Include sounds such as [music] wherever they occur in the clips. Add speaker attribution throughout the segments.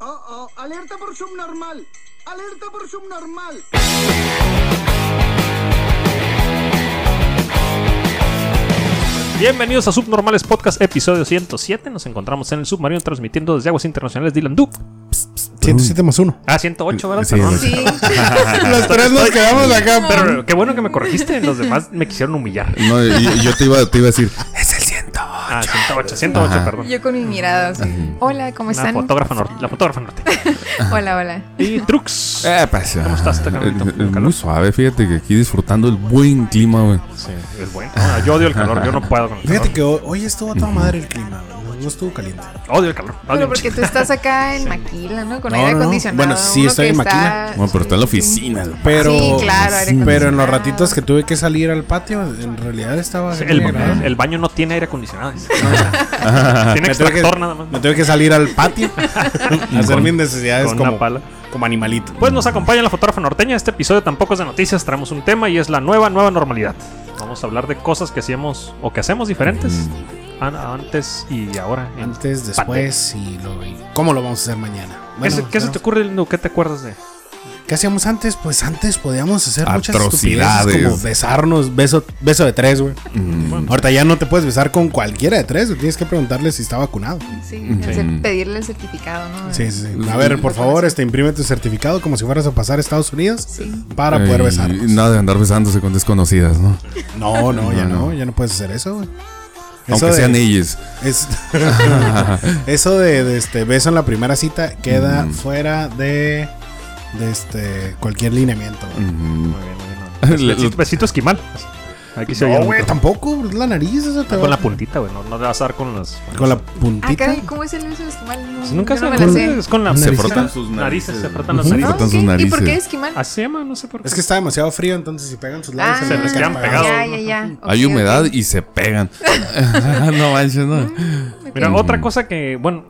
Speaker 1: Oh, Alerta por subnormal. Alerta por subnormal.
Speaker 2: Bienvenidos a Subnormales Podcast, episodio 107. Nos encontramos en el submarino transmitiendo desde aguas internacionales Dilandú.
Speaker 3: 107 más 1.
Speaker 2: Ah, 108, ¿verdad?
Speaker 3: Sí,
Speaker 2: Perdón.
Speaker 3: sí.
Speaker 2: [laughs]
Speaker 4: Sí.
Speaker 3: Los tres nos quedamos acá.
Speaker 2: Pero qué bueno que me corregiste. Los demás me quisieron humillar.
Speaker 3: No, y- y yo te iba, te iba a decir, eh, es el 108.
Speaker 2: Ah, 108, 108,
Speaker 3: Ajá.
Speaker 2: perdón.
Speaker 4: Yo con mis miradas. Hola, ¿cómo
Speaker 2: La
Speaker 4: están?
Speaker 2: fotógrafa, norte, la fotógrafa norte.
Speaker 4: Hola, hola.
Speaker 2: Y Trux.
Speaker 3: Eh, pasa.
Speaker 2: ¿Cómo estás, este cabrito?
Speaker 3: Eh, eh, Muy suave, fíjate que aquí disfrutando el buen clima, güey.
Speaker 2: Sí, es bueno. Ah, yo odio el calor. Yo no puedo con el calor.
Speaker 5: Fíjate que hoy, hoy estuvo a toda madre el clima, güey. no, no estuvo caliente.
Speaker 2: Odio el calor. Odio
Speaker 4: Pero porque tú estás acá en Maquila, ¿no? Con
Speaker 5: No,
Speaker 4: aire
Speaker 5: no, no.
Speaker 4: acondicionado.
Speaker 5: Bueno, sí,
Speaker 4: uno
Speaker 5: estoy
Speaker 4: que
Speaker 5: en Maquila.
Speaker 3: Bueno, pero está en la oficina. güey.
Speaker 5: Pero,
Speaker 4: Sí, claro, aire
Speaker 5: pero en
Speaker 4: acondicionado.
Speaker 5: los ratitos que tuve que salir al patio, en realidad estaba.
Speaker 2: el,
Speaker 5: bien agradable.
Speaker 2: el baño no tiene aire acondicionado. tiene
Speaker 5: me, tuve que,
Speaker 2: extractor nada más.
Speaker 5: me tuve que salir
Speaker 2: [laughs]
Speaker 5: al patio a hacer mis necesidades
Speaker 2: con una
Speaker 5: como,
Speaker 2: pala.
Speaker 5: como animalito.
Speaker 2: Pues nos acompaña la fotógrafa norteña. Este episodio tampoco es de noticias. Traemos un tema y es la nueva, nueva normalidad. Vamos a hablar de cosas que hacíamos o que hacemos diferentes an- antes y ahora. en
Speaker 5: Antes,
Speaker 2: pandemia.
Speaker 5: después y, lo, y cómo lo vamos a hacer mañana.
Speaker 2: ¿Qué
Speaker 5: Bueno,
Speaker 2: se- ¿Qué, se
Speaker 5: ¿no?
Speaker 2: te ocurre, Lindu? ¿Qué te acuerdas de?
Speaker 5: ¿Qué hacíamos antes? Pues antes podíamos hacer muchas
Speaker 3: Atrocidades.
Speaker 5: estupideces como besarnos, beso, beso de tres, güey.
Speaker 3: Mm,
Speaker 5: Ahorita ya no te puedes besar con cualquiera de tres, güey. tienes que preguntarle si está vacunado.
Speaker 4: Sí,
Speaker 2: Sí.
Speaker 4: hacer- pedirle el certificado, ¿no?
Speaker 5: Sí, sí, sí. A ver, por favor, este, imprime tu certificado como si fueras a pasar a Estados Unidos
Speaker 4: Sí.
Speaker 5: para poder
Speaker 3: eh,
Speaker 5: besar.
Speaker 3: y Nada de andar besándose con desconocidas, ¿no?
Speaker 5: No, no, ya
Speaker 3: No, no.
Speaker 5: no, ya no puedes hacer eso, güey.
Speaker 3: Aunque
Speaker 5: de-
Speaker 3: sean ellas.
Speaker 5: es- [laughs] eso de, de este beso en la primera cita queda fuera de, de este cualquier lineamiento. güey.
Speaker 3: Mm. Lo-
Speaker 2: Besito, besito esquimal. Aquí se oye
Speaker 5: No,
Speaker 2: mucho.
Speaker 5: güey, tampoco, es la nariz, eso te
Speaker 2: Con
Speaker 5: va-
Speaker 2: la puntita, güey. No, no le vas a dar con las.
Speaker 5: con la
Speaker 4: Ah,
Speaker 5: puntita.
Speaker 4: caray, ¿cómo es el beso esquimal? No,
Speaker 2: Si Pues nunca
Speaker 4: yo
Speaker 2: se
Speaker 4: no me la sé.
Speaker 2: Es con la
Speaker 3: Se
Speaker 5: Narices.
Speaker 3: frotan sus narices.
Speaker 2: Narices, se frotan las
Speaker 3: Ujú.
Speaker 2: narices.
Speaker 3: Frotan sus
Speaker 4: ¿No? ¿Qué? ¿Y por qué
Speaker 3: narices.
Speaker 4: esquimal?
Speaker 2: Así se llama, no sé por qué.
Speaker 5: Es que está demasiado frío, entonces si pegan sus labios
Speaker 4: Ah,
Speaker 2: se les
Speaker 5: les
Speaker 2: quedan pegados.
Speaker 4: Ya, ya, ya.
Speaker 3: Hay
Speaker 4: Ok, ok. [laughs]
Speaker 3: humedad y se pegan. [laughs] no manches, no.
Speaker 2: Mira, otra cosa que, bueno,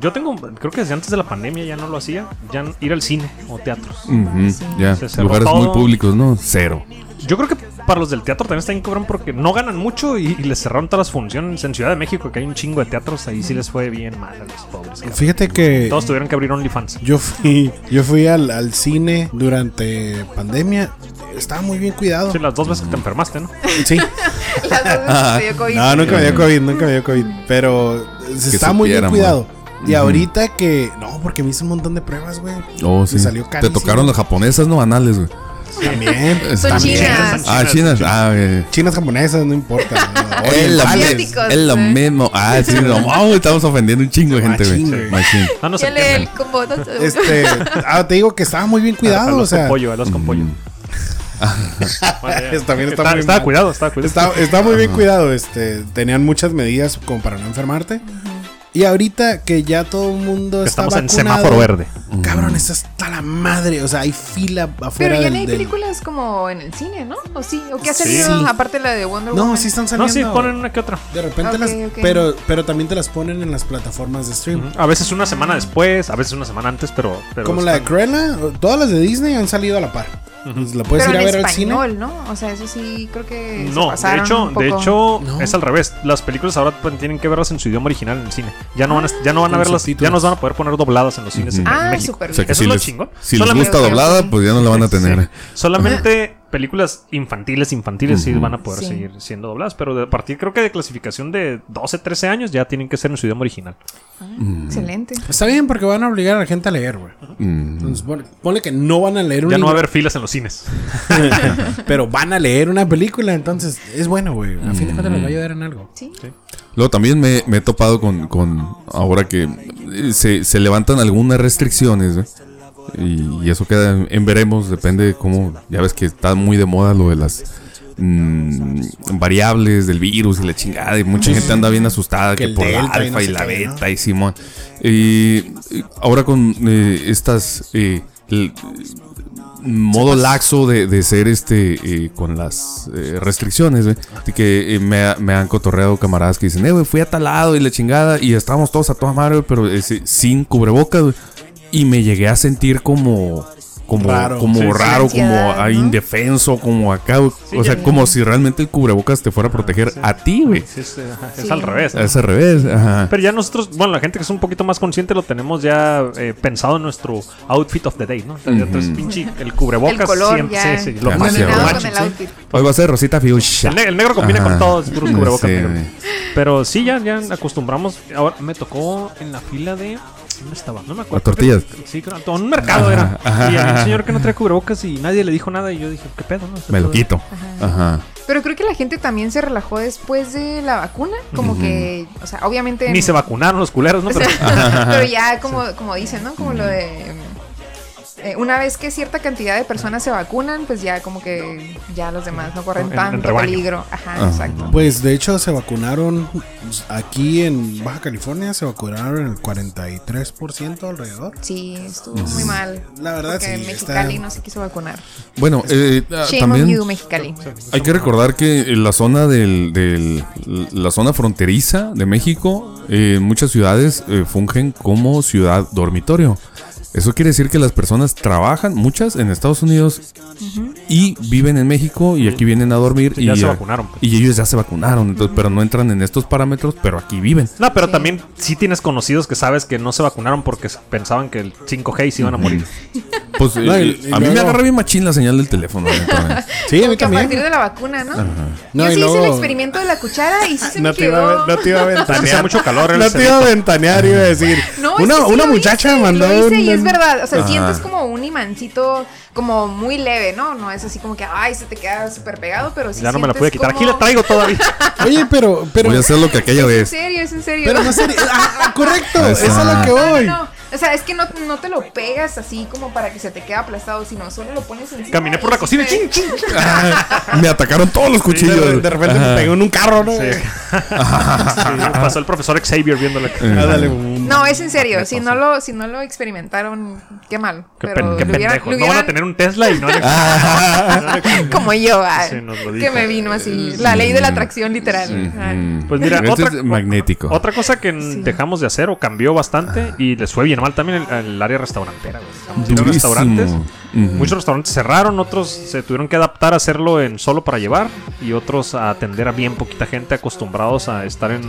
Speaker 2: yo tengo, creo que desde antes de la pandemia ya no lo hacía, ya n- ir al cine o teatros.
Speaker 5: Mm.
Speaker 3: Ujú, Ya,
Speaker 2: Se cerró
Speaker 3: lugares
Speaker 2: todo.
Speaker 3: muy públicos, ¿no? Cero.
Speaker 2: Yo creo que para los del teatro también está bien cobrón porque no ganan mucho y, y les cerraron todas las funciones en Ciudad de México, que hay un chingo de teatros, ahí sí les fue bien mal a los pobres. cabrón.
Speaker 5: Fíjate que
Speaker 2: Todos tuvieron que abrir OnlyFans.
Speaker 5: Yo fui, yo fui al, al cine durante pandemia. Estaba muy bien cuidado.
Speaker 2: Sí, las dos veces que te enfermaste, ¿no?
Speaker 5: Sí.
Speaker 4: Las dos veces me dio COVID.
Speaker 5: Ah, No, nunca me dio COVID, nunca me dio COVID. Pero eh, estaba muy bien cuidado.
Speaker 3: supiéramos.
Speaker 5: Y
Speaker 3: Ujú.
Speaker 5: ahorita que. No, porque me hice un montón de pruebas, güey.
Speaker 3: Oh,
Speaker 5: Me
Speaker 3: sí.
Speaker 5: salió
Speaker 3: Te
Speaker 5: carísimo.
Speaker 3: tocaron las japonesas, no anales, güey.
Speaker 5: También.
Speaker 3: [laughs] Están
Speaker 4: chinas.
Speaker 3: chinas. Ah, chinas. Ah, güey.
Speaker 5: Chinas japonesas, no
Speaker 3: [laughs]
Speaker 5: importa. güey.
Speaker 3: Es lo,
Speaker 4: Asiáticos,
Speaker 3: mismo, es lo
Speaker 4: eh.
Speaker 3: mismo. Ah, sí, no,
Speaker 4: [laughs]
Speaker 3: ah, güey, estamos ofendiendo un chingo de gente,
Speaker 5: Machín,
Speaker 3: güey.
Speaker 5: güey.
Speaker 3: Machín.
Speaker 2: No, Ah, no se
Speaker 4: Ya le el
Speaker 2: entienden.
Speaker 4: combo. ¿no?
Speaker 5: Este, ah, te digo que estaba muy bien
Speaker 2: A
Speaker 5: cuidado,
Speaker 2: los
Speaker 5: Ah, o sea, mm.
Speaker 2: con pollo, a los con
Speaker 5: [laughs]
Speaker 2: pollo. Bueno, ya.
Speaker 5: También está
Speaker 2: Está-
Speaker 5: muy
Speaker 2: estaba
Speaker 5: mal.
Speaker 2: cuidado, estaba cuidado.
Speaker 5: Está, está muy bien cuidado, este, tenían muchas medidas como para no enfermarte. Y ahorita que ya todo el mundo está
Speaker 2: Estamos en
Speaker 5: vacunado,
Speaker 2: semáforo verde.
Speaker 5: Cabrón, esta está la madre. O sea, hay fila afuera
Speaker 4: Pero ya
Speaker 5: del-
Speaker 4: no hay
Speaker 5: del-
Speaker 4: películas como en el cine, ¿no? ¿O sí? ¿O qué ha
Speaker 5: Sí.
Speaker 4: salido
Speaker 5: Sí.
Speaker 4: aparte la de Wonder Woman?
Speaker 5: No, sí están
Speaker 2: No,
Speaker 5: saliendo.
Speaker 2: sí, ponen una que otra.
Speaker 5: De repente
Speaker 4: Ok,
Speaker 5: las.
Speaker 4: ok.
Speaker 5: Pero, pero también te las ponen en las plataformas de stream.
Speaker 2: A veces una semana después, a veces una semana antes, pero. pero
Speaker 5: Como la de
Speaker 2: están-
Speaker 5: Cruella, todas las de Disney han salido a la par. Entonces, La puedes
Speaker 4: Pero
Speaker 5: ir a
Speaker 4: en
Speaker 5: ver al cine.
Speaker 4: español, ¿no? O sea, eso sí creo que se
Speaker 2: No, de
Speaker 4: pasaron
Speaker 2: hecho,
Speaker 4: un
Speaker 2: de
Speaker 4: poco.
Speaker 2: hecho
Speaker 5: No.
Speaker 2: es al revés. Las películas ahora pues, tienen que verlas en su idioma original en el cine. Ya no van a, ya no van a
Speaker 5: Con
Speaker 2: verlas, ya
Speaker 5: subtítulos.
Speaker 2: nos van a poder poner dobladas en los cines en
Speaker 4: Ah,
Speaker 2: México.
Speaker 3: O
Speaker 4: súper bien.
Speaker 3: sea, que
Speaker 2: Eso
Speaker 3: si
Speaker 2: es lo
Speaker 3: les,
Speaker 2: chingón.
Speaker 3: si les
Speaker 2: Solamente-
Speaker 3: gusta doblada, pues ya no la van a tener.
Speaker 2: Solamente películas infantiles, infantiles sí
Speaker 3: Ujú.
Speaker 2: van a poder
Speaker 4: Sí.
Speaker 2: seguir siendo dobladas, pero de- a partir creo que de clasificación de 12, 13 años ya tienen que ser en su idioma original. mm,
Speaker 4: Excelente.
Speaker 5: Está bien porque van a obligar a la gente a leer, güey.
Speaker 3: Mm.
Speaker 5: Entonces, pon- ponle que no van a leer un
Speaker 2: Ya no va a
Speaker 5: libro,
Speaker 2: haber filas en los cines.
Speaker 5: [laughs] pero van a leer una película. Entonces, es bueno, güey. A fin de cuentas, les va a ayudar en algo.
Speaker 4: Sí.
Speaker 3: Luego también me, me he topado con, con ahora que eh, se, se levantan algunas restricciones, ¿eh? y, y eso queda en, en veremos, depende de cómo, ya ves que está muy de moda lo de las mm, variables del virus y la chingada, y mucha gente anda bien asustada
Speaker 5: Que
Speaker 3: que,
Speaker 5: el
Speaker 3: por la
Speaker 5: delta y no
Speaker 3: alfa y
Speaker 5: sé
Speaker 3: la
Speaker 5: qué, ¿no?
Speaker 3: beta y Simón. Y eh, ahora con eh, estas... eh, l- modo
Speaker 2: pues.
Speaker 3: laxo de, de ser este eh, con las eh, restricciones, güey. Así que eh, me, ha- me han cotorreado camaradas que dicen, eh, güey, fui atalado y la chingada, y estábamos todos a toda madre, güey, pero eh, sí- sin cubrebocas, güey. Y me llegué a sentir como, como
Speaker 5: Raro.
Speaker 3: raro,
Speaker 2: Sí, sí.
Speaker 3: como, raro, como
Speaker 4: Ansiedad,
Speaker 3: ah,
Speaker 4: ¿no?
Speaker 3: indefenso, como acá. o sea,
Speaker 2: ya-
Speaker 3: como si realmente el cubrebocas te fuera a proteger a ti, güey.
Speaker 2: Sí, es, ajá, es
Speaker 4: Sí.
Speaker 2: al revés.
Speaker 3: Es al revés, ajá.
Speaker 2: Pero ya nosotros, bueno, la gente que es un poquito más consciente lo tenemos ya eh, pensado en nuestro outfit of the day, ¿no? Entonces, ya traes pinche el cubrebocas.
Speaker 4: El color
Speaker 2: siempre-
Speaker 4: ya.
Speaker 2: Sí, sí, lo
Speaker 3: Ya,
Speaker 2: más-
Speaker 3: demasiado.
Speaker 2: lo
Speaker 4: Combinado
Speaker 2: más-
Speaker 4: con el outfit.
Speaker 3: Hoy va a ser Rosita Fuchsia.
Speaker 2: El, ne- el negro combina
Speaker 3: Ajá.
Speaker 2: con todo, es puro cubrebocas
Speaker 3: Sí,
Speaker 2: negro.
Speaker 3: güey.
Speaker 2: Pero sí, ya, ya acostumbramos. Ahora me tocó en la fila de. ¿Dónde estaba? No me acuerdo.
Speaker 3: Las tortillas.
Speaker 2: Creo que- Sí, creo- en un mercado era. Y había un señor que no traía cubrebocas y nadie le dijo nada. Y yo dije, ¿qué pedo? no? O sea, pues,
Speaker 3: Me lo
Speaker 2: todo-
Speaker 3: quito. Ajá.
Speaker 4: Pero creo que la gente también se relajó después de la vacuna. Como que, o sea, obviamente.
Speaker 2: Ni se vacunaron los culeros, ¿no?
Speaker 4: O
Speaker 2: Pero,
Speaker 4: sea, [laughs] pero ya
Speaker 2: [laughs]
Speaker 4: como, como dicen, ¿no? Como lo de... eh, una vez que cierta cantidad de personas se vacunan, pues ya como que ya los demás no corren
Speaker 2: En- en
Speaker 4: tanto
Speaker 2: rebaño.
Speaker 4: peligro. Ajá,
Speaker 3: Ah.
Speaker 4: exacto.
Speaker 5: Pues de hecho se vacunaron aquí en Baja California, se vacunaron el 43% alrededor.
Speaker 4: Sí, estuvo
Speaker 5: Mm.
Speaker 4: muy mal.
Speaker 5: La verdad,
Speaker 4: porque
Speaker 5: sí,
Speaker 4: Mexicali
Speaker 5: está-
Speaker 4: no se quiso vacunar.
Speaker 3: Bueno, eh, ah,
Speaker 4: Shame on
Speaker 3: también
Speaker 4: you, Mexicali.
Speaker 3: hay que recordar que en la zona del, del- la zona fronteriza de México, eh, muchas ciudades eh, fungen como ciudad dormitorio. Eso quiere decir que las personas trabajan, muchas en Estados Unidos y viven en México y aquí vienen a dormir
Speaker 2: Sí,
Speaker 3: y,
Speaker 2: ya se
Speaker 3: ah,
Speaker 2: vacunaron, pues.
Speaker 3: y ellos ya se vacunaron, entonces, pero no entran en estos parámetros, pero aquí viven.
Speaker 2: No, pero
Speaker 4: Sí.
Speaker 2: también sí tienes conocidos que sabes que no se vacunaron porque pensaban que el 5G y se iban a morir.
Speaker 3: Pues,
Speaker 5: No,
Speaker 3: eh,
Speaker 5: y- y
Speaker 3: a mí me
Speaker 5: luego-
Speaker 3: agarra bien machín la señal del teléfono. la neta, güey.
Speaker 5: Sí, a
Speaker 4: Como
Speaker 5: mí
Speaker 4: que a partir
Speaker 5: también.
Speaker 4: de la vacuna, ¿no?
Speaker 5: No,
Speaker 4: Yo
Speaker 5: y
Speaker 4: sí hice el
Speaker 5: luego-
Speaker 4: experimento de la cuchara y sí se
Speaker 5: No
Speaker 4: me
Speaker 5: te, iba a,
Speaker 4: quedó.
Speaker 5: ve- no te iba a
Speaker 2: También hace
Speaker 5: ventanear.
Speaker 2: mucho calor. en
Speaker 5: No
Speaker 2: el
Speaker 5: te iba a ventanear, iba a decir.
Speaker 4: No, es
Speaker 5: una
Speaker 4: que sí
Speaker 5: una
Speaker 4: lo
Speaker 5: muchacha
Speaker 4: hice,
Speaker 5: mandó
Speaker 4: Lo hice y
Speaker 5: un-
Speaker 4: es verdad. O sea,
Speaker 3: Ajá.
Speaker 4: sientes como un imancito como muy leve, ¿no? No es así como que, ay, se te queda súper pegado, pero sí
Speaker 2: Ya no me la
Speaker 4: sientes
Speaker 2: pude quitar.
Speaker 4: como-
Speaker 2: Aquí la traigo
Speaker 4: [laughs]
Speaker 2: todavía. [laughs]
Speaker 5: Oye, pero. pero
Speaker 3: Voy a hacer lo que aquella
Speaker 4: Es en
Speaker 3: vez.
Speaker 4: serio, es en serio. Ah,
Speaker 5: Pero no sería- ah, ah, correcto,
Speaker 3: Ahí
Speaker 5: eso es
Speaker 3: está.
Speaker 5: a lo que
Speaker 4: No,
Speaker 5: voy.
Speaker 4: no, o sea, es que no, no te lo pegas así como para que se te quede aplastado, sino solo lo pones encima.
Speaker 2: Caminé por
Speaker 4: y
Speaker 2: la
Speaker 4: sí
Speaker 2: cocina y ching,
Speaker 4: te-
Speaker 2: ching.
Speaker 3: Me atacaron todos los
Speaker 5: De,
Speaker 3: cuchillos.
Speaker 5: re- de repente me pegó en un carro, ¿no?
Speaker 2: Sí,
Speaker 5: [laughs]
Speaker 2: pasó el profesor Xavier viéndola.
Speaker 5: Ah, dale.
Speaker 4: No, es en serio. Si no lo, si no lo experimentaron, qué mal.
Speaker 2: Qué, pen-
Speaker 4: pero
Speaker 2: qué
Speaker 4: lo hubieran-
Speaker 2: pendejo.
Speaker 4: lo
Speaker 2: No van a
Speaker 4: hubieran-
Speaker 2: tener un Tesla y no
Speaker 4: [laughs]
Speaker 2: le-
Speaker 4: Ah, como yo, ah,
Speaker 2: Sí, nos lo
Speaker 4: que
Speaker 2: dijo.
Speaker 4: me vino así. La ley de la atracción, literal. Ah.
Speaker 2: Pues mira,
Speaker 3: Este
Speaker 2: otra,
Speaker 3: es magnético.
Speaker 2: otra cosa que dejamos de hacer o cambió
Speaker 5: Ah.
Speaker 2: bastante y les fue bien mal también el, el área restaurantera. güey. Si no,
Speaker 3: Durísimo.
Speaker 2: restaurantes.
Speaker 3: Ujú.
Speaker 2: Muchos restaurantes cerraron, otros se tuvieron que adaptar a hacerlo en solo para llevar y otros a atender a bien poquita gente acostumbrados a estar en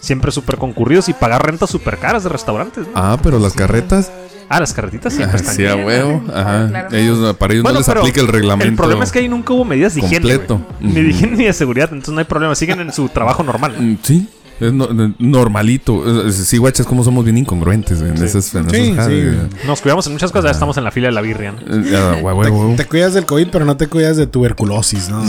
Speaker 2: siempre súper concurridos y pagar rentas súper caras de restaurantes. ¿no?
Speaker 3: Ah, pero las carretas.
Speaker 2: Ah, las carretitas siempre están
Speaker 3: Sí, a
Speaker 2: llenas.
Speaker 3: huevo. Ajá.
Speaker 4: Claro.
Speaker 3: Ellos, ah, para ellos
Speaker 2: Bueno,
Speaker 3: no les
Speaker 2: pero
Speaker 3: aplica el reglamento.
Speaker 2: El problema es que ahí nunca hubo medidas de higiene. güey.
Speaker 3: completo.
Speaker 2: Ni de
Speaker 3: Ujú.
Speaker 2: higiene ni de seguridad, entonces no hay problema. Siguen en su trabajo normal.
Speaker 3: Mm, Sí. Es no- no- normalito. Es- Sí, guachas, como somos bien incongruentes en esas. En
Speaker 5: Sí,
Speaker 3: esas jadas,
Speaker 5: sí.
Speaker 3: güey.
Speaker 2: Nos cuidamos en muchas cosas, ya estamos en la fila de la birria. ¿no?
Speaker 3: Eh, ah, huevo, huevo.
Speaker 5: Te, te cuidas del COVID, pero no te cuidas de tuberculosis, ¿no?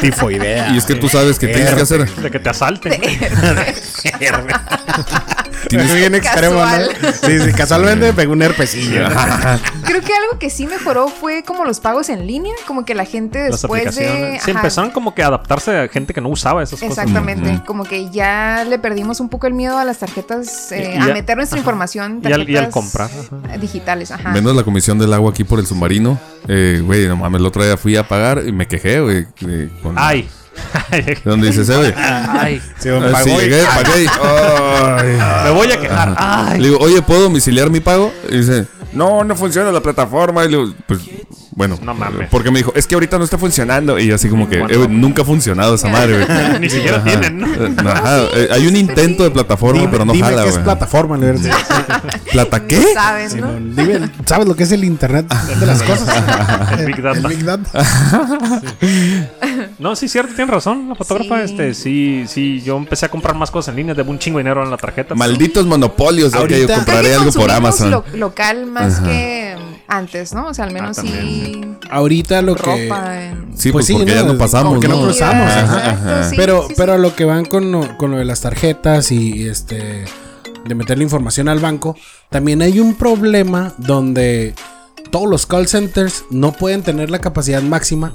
Speaker 5: Tifoidea.
Speaker 3: Y es que tú sabes que tienes que hacer.
Speaker 2: De que te asalten. [laughs]
Speaker 5: Tienes bien extremo, ¿no?
Speaker 4: Casual.
Speaker 5: Sí, sí, casualmente me pegó un herpesillo.
Speaker 4: [laughs] Creo que algo que sí mejoró fue como los pagos en línea, como que la gente
Speaker 2: las
Speaker 4: después de...
Speaker 2: aplicaciones. Se
Speaker 4: ajá,
Speaker 2: empezaron como que a adaptarse a gente que no usaba esas cosas.
Speaker 4: Exactamente, como que ya le perdimos un poco el miedo a las tarjetas, eh,
Speaker 2: Y- y
Speaker 4: a
Speaker 2: a-
Speaker 4: meter nuestra información
Speaker 2: Y al- y al
Speaker 4: tarjetas,
Speaker 2: comprar,
Speaker 4: eh, digitales, ajá.
Speaker 3: Menos la comisión del agua aquí por el submarino. Eh, güey, no mames, el otro día fui a pagar y me quejé, güey. eh, con-
Speaker 2: Ay. [laughs]
Speaker 3: Donde dices, eh, güey.
Speaker 2: Ay.
Speaker 5: Sí,
Speaker 3: Ah,
Speaker 5: me
Speaker 3: sí,
Speaker 5: pagó y-
Speaker 3: llegué, pagué. y- Ay.
Speaker 2: Me voy a quejar. Ay.
Speaker 3: Le digo, oye, ¿puedo domiciliar mi pago? Y dice, no, no funciona la plataforma. Y le digo, pues, bueno.
Speaker 2: No mames.
Speaker 3: Porque me dijo, es que ahorita no está funcionando. Y yo así como que,
Speaker 2: Bueno.
Speaker 3: "Eh, güey, nunca ha funcionado esa madre,
Speaker 2: [laughs]
Speaker 3: güey.
Speaker 2: Ni siquiera
Speaker 3: Ajá.
Speaker 2: tienen, ¿no?
Speaker 3: Eh, ajá, eh, hay un intento de plataforma,
Speaker 5: Dime,
Speaker 3: pero no
Speaker 5: dime
Speaker 3: jala,
Speaker 5: qué es
Speaker 3: güey.
Speaker 5: plataforma, le verdad.
Speaker 3: ¿Plata
Speaker 4: Ni
Speaker 3: qué?
Speaker 4: saben, ¿no?
Speaker 5: Dime, ¿sabes lo que es el internet de
Speaker 3: [laughs]
Speaker 5: las cosas?
Speaker 2: El Big Data.
Speaker 5: El Big Data.
Speaker 2: No, sí, cierto, tienen razón. La fotógrafa,
Speaker 4: Sí.
Speaker 2: este, sí, sí. Yo empecé a comprar más cosas en línea, debo un chingo de dinero en la tarjeta.
Speaker 3: Malditos monopolios. ok,
Speaker 5: Ahorita-
Speaker 3: yo
Speaker 4: Creo que
Speaker 3: compraré algo por
Speaker 4: consumimos
Speaker 3: Amazon.
Speaker 4: lo- local más que mm, antes, ¿no? O sea, al menos sí
Speaker 2: Ah, también.
Speaker 5: Ahorita lo que.
Speaker 4: ropa. eh. en-
Speaker 3: Sí,
Speaker 5: Pues
Speaker 3: pues,
Speaker 5: sí,
Speaker 3: porque
Speaker 5: no,
Speaker 3: ya no pasamos,
Speaker 5: porque
Speaker 4: comida,
Speaker 5: no
Speaker 3: ¿no?
Speaker 5: cruzamos,
Speaker 3: Ajá,
Speaker 4: exacto,
Speaker 3: ajá.
Speaker 4: sí,
Speaker 5: pero,
Speaker 4: sí, sí.
Speaker 5: pero lo que van con, lo- con lo de las tarjetas y, y este de meter la información al banco, también hay un problema donde todos los call centers no pueden tener la capacidad máxima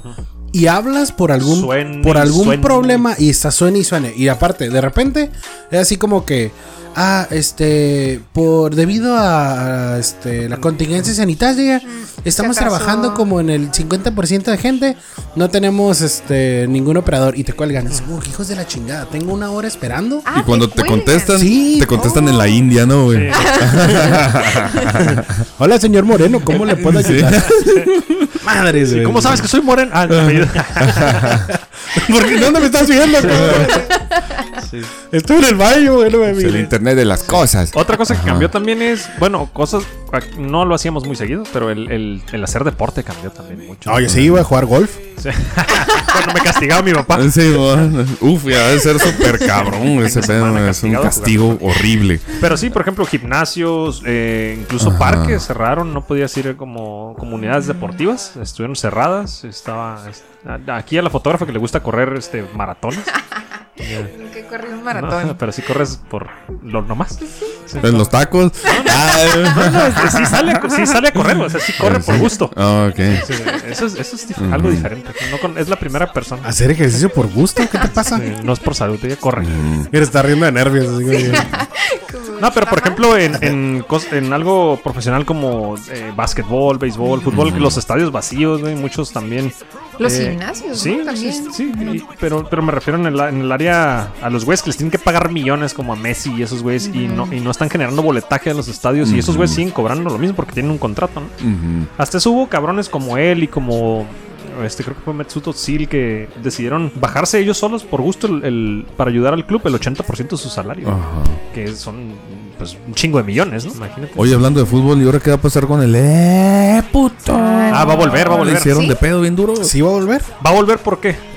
Speaker 5: y hablas por algún
Speaker 2: Suene y
Speaker 5: por algún
Speaker 2: suene.
Speaker 5: problema y está suene y suene y aparte de repente es así como que ah, este, por debido a, a, este, la contingencia sanitaria, estamos
Speaker 4: atrasó.
Speaker 5: trabajando como en el 50% de gente, no tenemos este ningún operador y te cuelgan. Es, "Uy, hijos de la chingada, tengo una hora esperando.
Speaker 4: Ah,
Speaker 3: y cuando te,
Speaker 4: cuelgan.
Speaker 3: contestan,
Speaker 5: Sí.
Speaker 3: te contestan en la India, ¿no, [laughs] güey?
Speaker 5: Hola, señor Moreno, ¿cómo le puedo
Speaker 3: Sí.
Speaker 5: [laughs] ayudar? Madres, güey.
Speaker 2: ¿Cómo sabes que soy moreno? Ah, no, apellido.
Speaker 5: ¿Por qué? ¿Dónde me estás viendo?
Speaker 2: Sí.
Speaker 5: Estoy en el baño, güey, no me
Speaker 3: Es el
Speaker 5: mires.
Speaker 3: internet de las cosas.
Speaker 2: Otra cosa que cambió también es, bueno, cosas, ac- no lo hacíamos muy seguido, pero el, el- el hacer deporte cambió también mucho.
Speaker 5: Oye, sí, iba a jugar golf.
Speaker 2: Sí. Cuando me castigaba mi
Speaker 3: [laughs]
Speaker 2: papá.
Speaker 3: Sí, bueno. Uf, ya debe ser súper
Speaker 2: [laughs]
Speaker 3: cabrón ese pedo.
Speaker 2: semana
Speaker 3: Es un
Speaker 2: castigado
Speaker 3: castigo horrible.
Speaker 2: Pero sí, por ejemplo, gimnasios, eh, incluso
Speaker 3: Ajá.
Speaker 2: parques cerraron, no podías ir como comunidades deportivas, estuvieron cerradas. Estaba es- a- aquí a la fotógrafa que le gusta correr este maratones.
Speaker 4: Que corrí un
Speaker 2: ¿no?
Speaker 4: maratón.
Speaker 2: [laughs] Pero sí corres por lo nomás. Sí,
Speaker 3: En los tacos. Ah,
Speaker 2: sí sale, a- sí sale a correr, o sea, sí corre por gusto.
Speaker 3: ah, ok.
Speaker 2: Sí, eso es, eso es dif- algo diferente. No con- es la primera persona.
Speaker 5: ¿Hacer ejercicio por gusto? ¿Qué te pasa?
Speaker 2: Sí, no es por salud, ella corre.
Speaker 5: Mira, está riendo de nervios. así como-
Speaker 4: Como-
Speaker 2: No, pero por
Speaker 4: Ajá.
Speaker 2: ejemplo, en, en, cos- en algo profesional como eh, básquetbol, béisbol, fútbol, los estadios vacíos, güey, muchos también. eh,
Speaker 4: Los gimnasios,
Speaker 2: Sí,
Speaker 4: ¿no?
Speaker 2: sí,
Speaker 4: También.
Speaker 2: sí, y- pero, pero me refiero en el, en el área a los güeyes que les tienen que pagar millones como a Messi y esos güeyes y, no, y no están generando boletaje a los estadios y esos güeyes siguen cobrando lo mismo porque tienen un contrato, ¿no?
Speaker 3: Ujú.
Speaker 2: Hasta eso hubo cabrones como él y como este creo que fue Metsuto Sil que decidieron bajarse ellos solos por gusto el, el- para ayudar al club el 80% de su salario,
Speaker 3: Ajá.
Speaker 2: que son pues un chingo de millones, ¿no? Imagínate.
Speaker 3: Oye, hablando de fútbol, ¿y ahora qué va a pasar con el eh, puto?
Speaker 2: Ah, va a volver, va a
Speaker 3: Le
Speaker 2: volver.
Speaker 3: hicieron
Speaker 4: ¿Sí?
Speaker 3: de pedo bien duro.
Speaker 5: ¿Sí va a volver?
Speaker 2: ¿Va a volver por qué?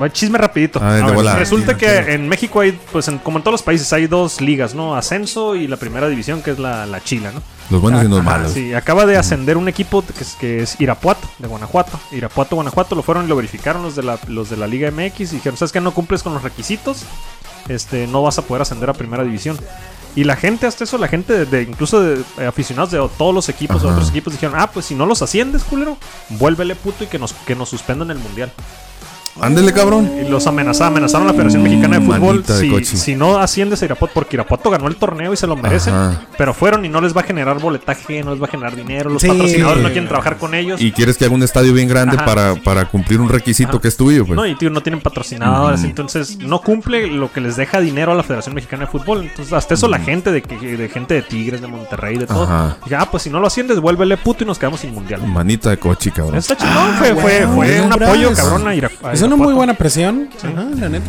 Speaker 2: Va Chisme rapidito.
Speaker 3: A ver, de
Speaker 2: A ver,
Speaker 3: volada.
Speaker 2: resulta
Speaker 5: Tira,
Speaker 2: que
Speaker 5: tira.
Speaker 2: en México hay, pues en- como en todos los países, hay dos ligas, ¿no? Ascenso y la primera división, que es la, la Chila, ¿no?
Speaker 3: Los buenos y los
Speaker 2: Ajá,
Speaker 3: malos.
Speaker 2: Ah, Sí, acaba de ascender un equipo que es, que es Irapuato, de Guanajuato. Irapuato, Guanajuato, lo fueron y lo verificaron los de la, los de la Liga MX y dijeron, ¿sabes qué? No cumples con los requisitos, este, no vas a poder ascender a primera división. Y la gente, hasta eso, la gente de, de- incluso de eh, aficionados de todos los equipos, de
Speaker 3: Ajá.
Speaker 2: otros equipos, dijeron, ah, pues si no los asciendes, culero, vuélvele puto y que nos, que nos suspendan el mundial.
Speaker 3: Ándele, cabrón.
Speaker 2: Y los amenazaron, amenazaron a la Federación Mexicana de
Speaker 3: Mm,
Speaker 2: Fútbol
Speaker 3: manita de
Speaker 2: si,
Speaker 3: coche.
Speaker 2: si no asciendes a Irapuato, porque Irapuato ganó el torneo y se lo merecen,
Speaker 3: Ajá.
Speaker 2: pero fueron y no les va a generar boletaje, no les va a generar dinero, los
Speaker 5: Sí.
Speaker 2: patrocinadores no quieren trabajar con ellos.
Speaker 3: Y quieres que haga un estadio bien grande
Speaker 2: Ajá. Ah.
Speaker 3: para, para cumplir un requisito que es tuyo, pues.
Speaker 2: No, y tío, no tienen patrocinadores, entonces no cumple lo que les deja dinero a la Federación Mexicana de Fútbol. Entonces, hasta eso la gente de, que- de gente de Tigres, de Monterrey, de todo.
Speaker 3: Ajá. Mm.
Speaker 2: Dije, ah, pues si no lo asciendes, vuélvele puto y nos quedamos sin mundial.
Speaker 3: Manita de coche, cabrón.
Speaker 2: Está chingón,
Speaker 5: Ah,
Speaker 2: fue, fue,
Speaker 5: wow.
Speaker 2: fue un
Speaker 5: Mira,
Speaker 2: apoyo
Speaker 5: es-
Speaker 2: cabrón a Irap- a
Speaker 5: Es una muy
Speaker 2: Irapuato.
Speaker 5: buena presión. Ajá, la neta.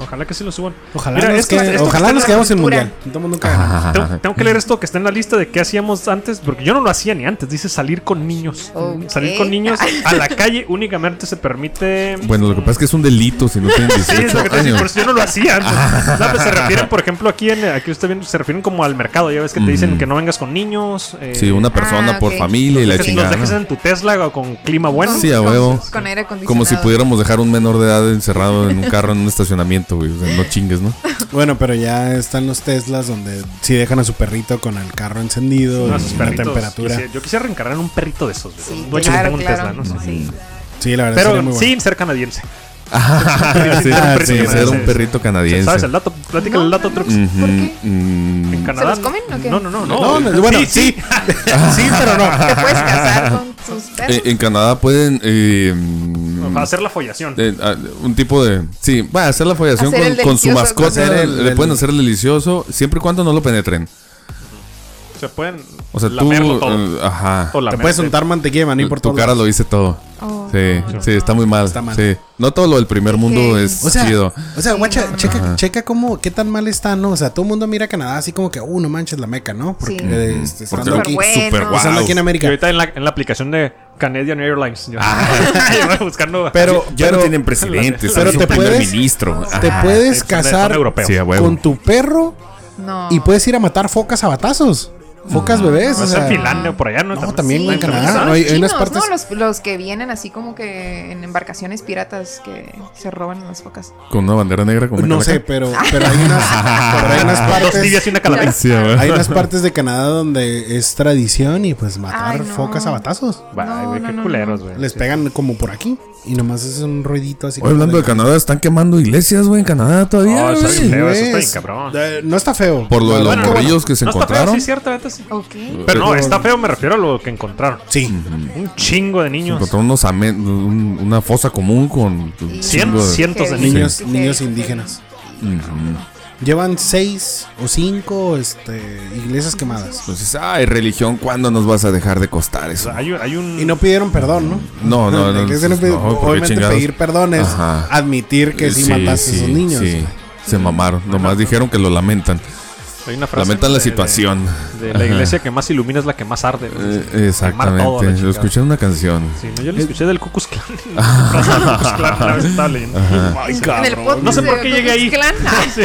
Speaker 2: Ojalá que sí lo suban.
Speaker 5: Ojalá,
Speaker 2: Mira,
Speaker 5: nos,
Speaker 2: esto-
Speaker 5: quede-
Speaker 2: esto que
Speaker 5: ojalá
Speaker 2: está en
Speaker 5: nos
Speaker 2: la
Speaker 5: quedemos en
Speaker 4: cultura.
Speaker 5: mundial. Todo mundo caga.
Speaker 2: Tengo, tengo que leer esto que está en la lista de qué hacíamos antes, porque yo no lo hacía ni antes. Dice salir con niños.
Speaker 4: Ok.
Speaker 2: Salir con niños a la calle únicamente se permite.
Speaker 3: Bueno, lo que pasa es que es un
Speaker 2: [laughs]
Speaker 3: delito si no tienen
Speaker 2: Sí, es
Speaker 3: 18
Speaker 2: lo que te decía, por
Speaker 3: años. Ah.
Speaker 2: eso yo no lo hacía antes. No, pues se refieren, por ejemplo, aquí en aquí usted viendo, se refieren como al mercado. Ya ves que te dicen que no vengas con niños. eh,
Speaker 3: Sí, una persona
Speaker 4: Ah,
Speaker 3: por
Speaker 4: ok.
Speaker 3: familia y la
Speaker 2: que los
Speaker 3: chingada.
Speaker 2: dejes
Speaker 3: ¿no?
Speaker 2: en tu Tesla o con clima bueno.
Speaker 3: Sí, a huevo.
Speaker 4: Con aire acondicionado.
Speaker 3: Como si pudiéramos dejar un menor de edad encerrado en un carro en un estacionamiento, güey. O sea, no chingues, ¿no?
Speaker 5: Bueno, pero ya están los Teslas donde sí dejan a su perrito con el carro encendido,
Speaker 2: No,
Speaker 5: y
Speaker 2: esos
Speaker 5: una
Speaker 2: perritos.
Speaker 5: temperatura.
Speaker 2: Quisiera- yo quisiera reencargar en un perrito de esos.
Speaker 4: Sí,
Speaker 2: no
Speaker 4: claro,
Speaker 2: tengo un
Speaker 4: claro.
Speaker 2: Tesla, ¿no? Sí.
Speaker 4: Sí.
Speaker 5: Sí, la verdad sería
Speaker 2: Pero
Speaker 5: muy bueno.
Speaker 2: sin ser canadiense. perrito
Speaker 3: sí, Ah, sí,
Speaker 2: canadiense.
Speaker 3: era un perrito canadiense.
Speaker 2: ¿Sabes el dato? Platica el
Speaker 4: No,
Speaker 2: dato,
Speaker 4: no,
Speaker 2: Trux.
Speaker 3: Ujú,
Speaker 4: ¿Por qué?
Speaker 3: mm,
Speaker 2: En Canadá.
Speaker 4: los comen o qué?
Speaker 2: No, no, no.
Speaker 5: No,
Speaker 2: no.
Speaker 5: no, bueno, sí, Ah. sí, [laughs] pero no.
Speaker 4: Te puedes casar con tus
Speaker 3: [laughs]
Speaker 4: perros.
Speaker 3: eh, en Canadá pueden... eh, mm,
Speaker 2: Para hacer la follación.
Speaker 3: eh, ah, un tipo de... Sí, va a hacer la follación
Speaker 4: Hacer el
Speaker 3: con, con su
Speaker 4: delicioso,
Speaker 3: mascota.
Speaker 5: hacer el-
Speaker 3: le
Speaker 5: el-
Speaker 3: pueden hacer el delicioso siempre y cuando no lo penetren.
Speaker 2: Se pueden.
Speaker 3: O sea, tú...
Speaker 2: lamerlo todo.
Speaker 3: eh, ajá.
Speaker 2: O
Speaker 5: Te
Speaker 2: lamerte.
Speaker 5: puedes untar mantequilla de maní por
Speaker 3: tu
Speaker 5: todos
Speaker 3: cara
Speaker 5: lados.
Speaker 3: lo dice todo.
Speaker 4: Oh.
Speaker 3: Sí, sí, está muy mal.
Speaker 5: Está mal.
Speaker 3: Sí. No todo lo del primer mundo
Speaker 4: Ok.
Speaker 3: es
Speaker 5: O sea,
Speaker 3: chido.
Speaker 5: o sea, guacha, checa, checa cómo, qué tan mal está, ¿no? O sea, todo el mundo mira a Canadá así como que, uh, no manches la meca, ¿no? Porque
Speaker 4: Sí.
Speaker 5: eh, este,
Speaker 3: Porque
Speaker 5: estando, aquí,
Speaker 4: bueno.
Speaker 3: super
Speaker 4: Wow.
Speaker 5: estando aquí en
Speaker 2: Y
Speaker 5: América.
Speaker 2: ahorita en la, en la aplicación de Canadian Airlines. Yo, [laughs] yo voy
Speaker 3: [laughs]
Speaker 2: buscando.
Speaker 5: Pero,
Speaker 3: Ya
Speaker 5: pero
Speaker 3: no
Speaker 5: [laughs]
Speaker 3: tienen presidentes,
Speaker 5: pero
Speaker 3: pero
Speaker 5: te
Speaker 3: te primer
Speaker 5: puedes-
Speaker 3: ministro.
Speaker 5: te
Speaker 3: Ajá.
Speaker 5: puedes
Speaker 2: son de- son
Speaker 5: casar
Speaker 2: europeos.
Speaker 3: Sí, a huevo.
Speaker 5: con tu perro
Speaker 4: No.
Speaker 5: y puedes ir a matar focas a batazos. Focas bebés.
Speaker 2: Va
Speaker 5: o
Speaker 2: a ser
Speaker 5: sea,
Speaker 2: Finlandia o por allá, ¿no?
Speaker 5: No,
Speaker 2: También-
Speaker 5: también en
Speaker 2: en
Speaker 5: Canadá.
Speaker 2: Canadá.
Speaker 5: no, hay, hay unas
Speaker 4: Chinos,
Speaker 5: partes.
Speaker 4: ¿no? Los, los que vienen así como que en embarcaciones piratas que se roban las focas.
Speaker 3: Con una bandera negra. Con una
Speaker 5: No sé,
Speaker 3: calaca.
Speaker 5: pero, pero hay unas, pero hay
Speaker 3: [laughs]
Speaker 5: unas
Speaker 2: Ah, Dos tibias y
Speaker 5: partes.
Speaker 2: una calavera.
Speaker 3: Sí, a ver.
Speaker 5: Hay unas partes de Canadá donde es tradición y pues matar
Speaker 4: Ay, no.
Speaker 5: focas a batazos.
Speaker 2: Bye, güey,
Speaker 4: no,
Speaker 2: qué
Speaker 4: no,
Speaker 2: culeros, güey.
Speaker 5: Les pegan como por aquí y nomás es un ruidito así.
Speaker 3: Oye, hablando de Canadá, están quemando iglesias, güey, en Canadá todavía.
Speaker 5: Ah,
Speaker 2: Oh, está
Speaker 3: güey.
Speaker 2: bien feo, eso está
Speaker 5: Güey,
Speaker 2: bien cabrón.
Speaker 5: eh, no está feo.
Speaker 3: Por lo de los
Speaker 2: Bueno,
Speaker 3: morrillos que se
Speaker 2: no está feo,
Speaker 3: encontraron.
Speaker 2: sí, cierto, neta, sí.
Speaker 4: Ok.
Speaker 2: Pero no, está feo, me refiero a lo que encontraron.
Speaker 5: Sí.
Speaker 2: Un chingo de
Speaker 3: se
Speaker 2: niños.
Speaker 3: encontraron unos amen- un- una fosa común con un
Speaker 4: Cien-
Speaker 3: chingo de-
Speaker 2: cientos de
Speaker 4: Qué
Speaker 2: niños.
Speaker 5: Niños,
Speaker 4: Sí.
Speaker 5: niños indígenas. Llevan seis o cinco este, iglesias quemadas.
Speaker 3: Entonces, ay, religión, ¿cuándo nos vas a dejar de costar
Speaker 2: O
Speaker 3: eso?
Speaker 2: sea, hay, un- hay un.
Speaker 5: Y no pidieron perdón, ¿no?
Speaker 3: No,
Speaker 5: [laughs]
Speaker 3: no,
Speaker 5: La
Speaker 3: no,
Speaker 5: iglesia no
Speaker 3: no,
Speaker 5: pide-
Speaker 3: no, porque
Speaker 5: obviamente
Speaker 3: chingados.
Speaker 5: pedir perdón es
Speaker 3: Ajá.
Speaker 5: admitir que sí, mataste a esos niños.
Speaker 3: sí.
Speaker 5: güey.
Speaker 3: Se mamaron, nomás dijeron que lo lamentan.
Speaker 2: hay una frase,
Speaker 3: lamentan
Speaker 2: ¿no?
Speaker 3: la
Speaker 2: de- de-
Speaker 3: situación.
Speaker 2: De, la iglesia que más ilumina es la que más arde. güey.
Speaker 3: Eh,
Speaker 2: Quemar todo a
Speaker 3: exactamente.
Speaker 2: la
Speaker 3: Lo
Speaker 2: chingada.
Speaker 3: escuché en una canción.
Speaker 2: Sí, no, yo le escuché del Cucus
Speaker 3: [laughs]
Speaker 2: Clan. [laughs] Del Ku Klux Klan, una vez estaba leyendo. Ay,
Speaker 4: En el podcast
Speaker 2: No sé
Speaker 4: de
Speaker 2: por qué llegué ahí.
Speaker 4: Ku Klux Klan. Ah,
Speaker 2: Sí,